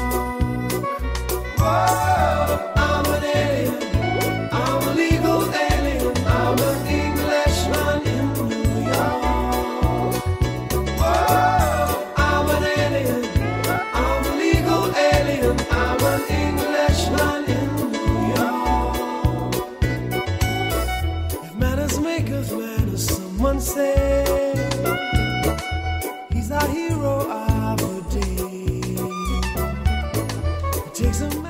Whoa, I'm an alien. I'm a legal alien. I'm an Englishman in New York. Whoa, I'm an alien. I'm a legal alien. I'm an Englishman in New York. It matters
Takes a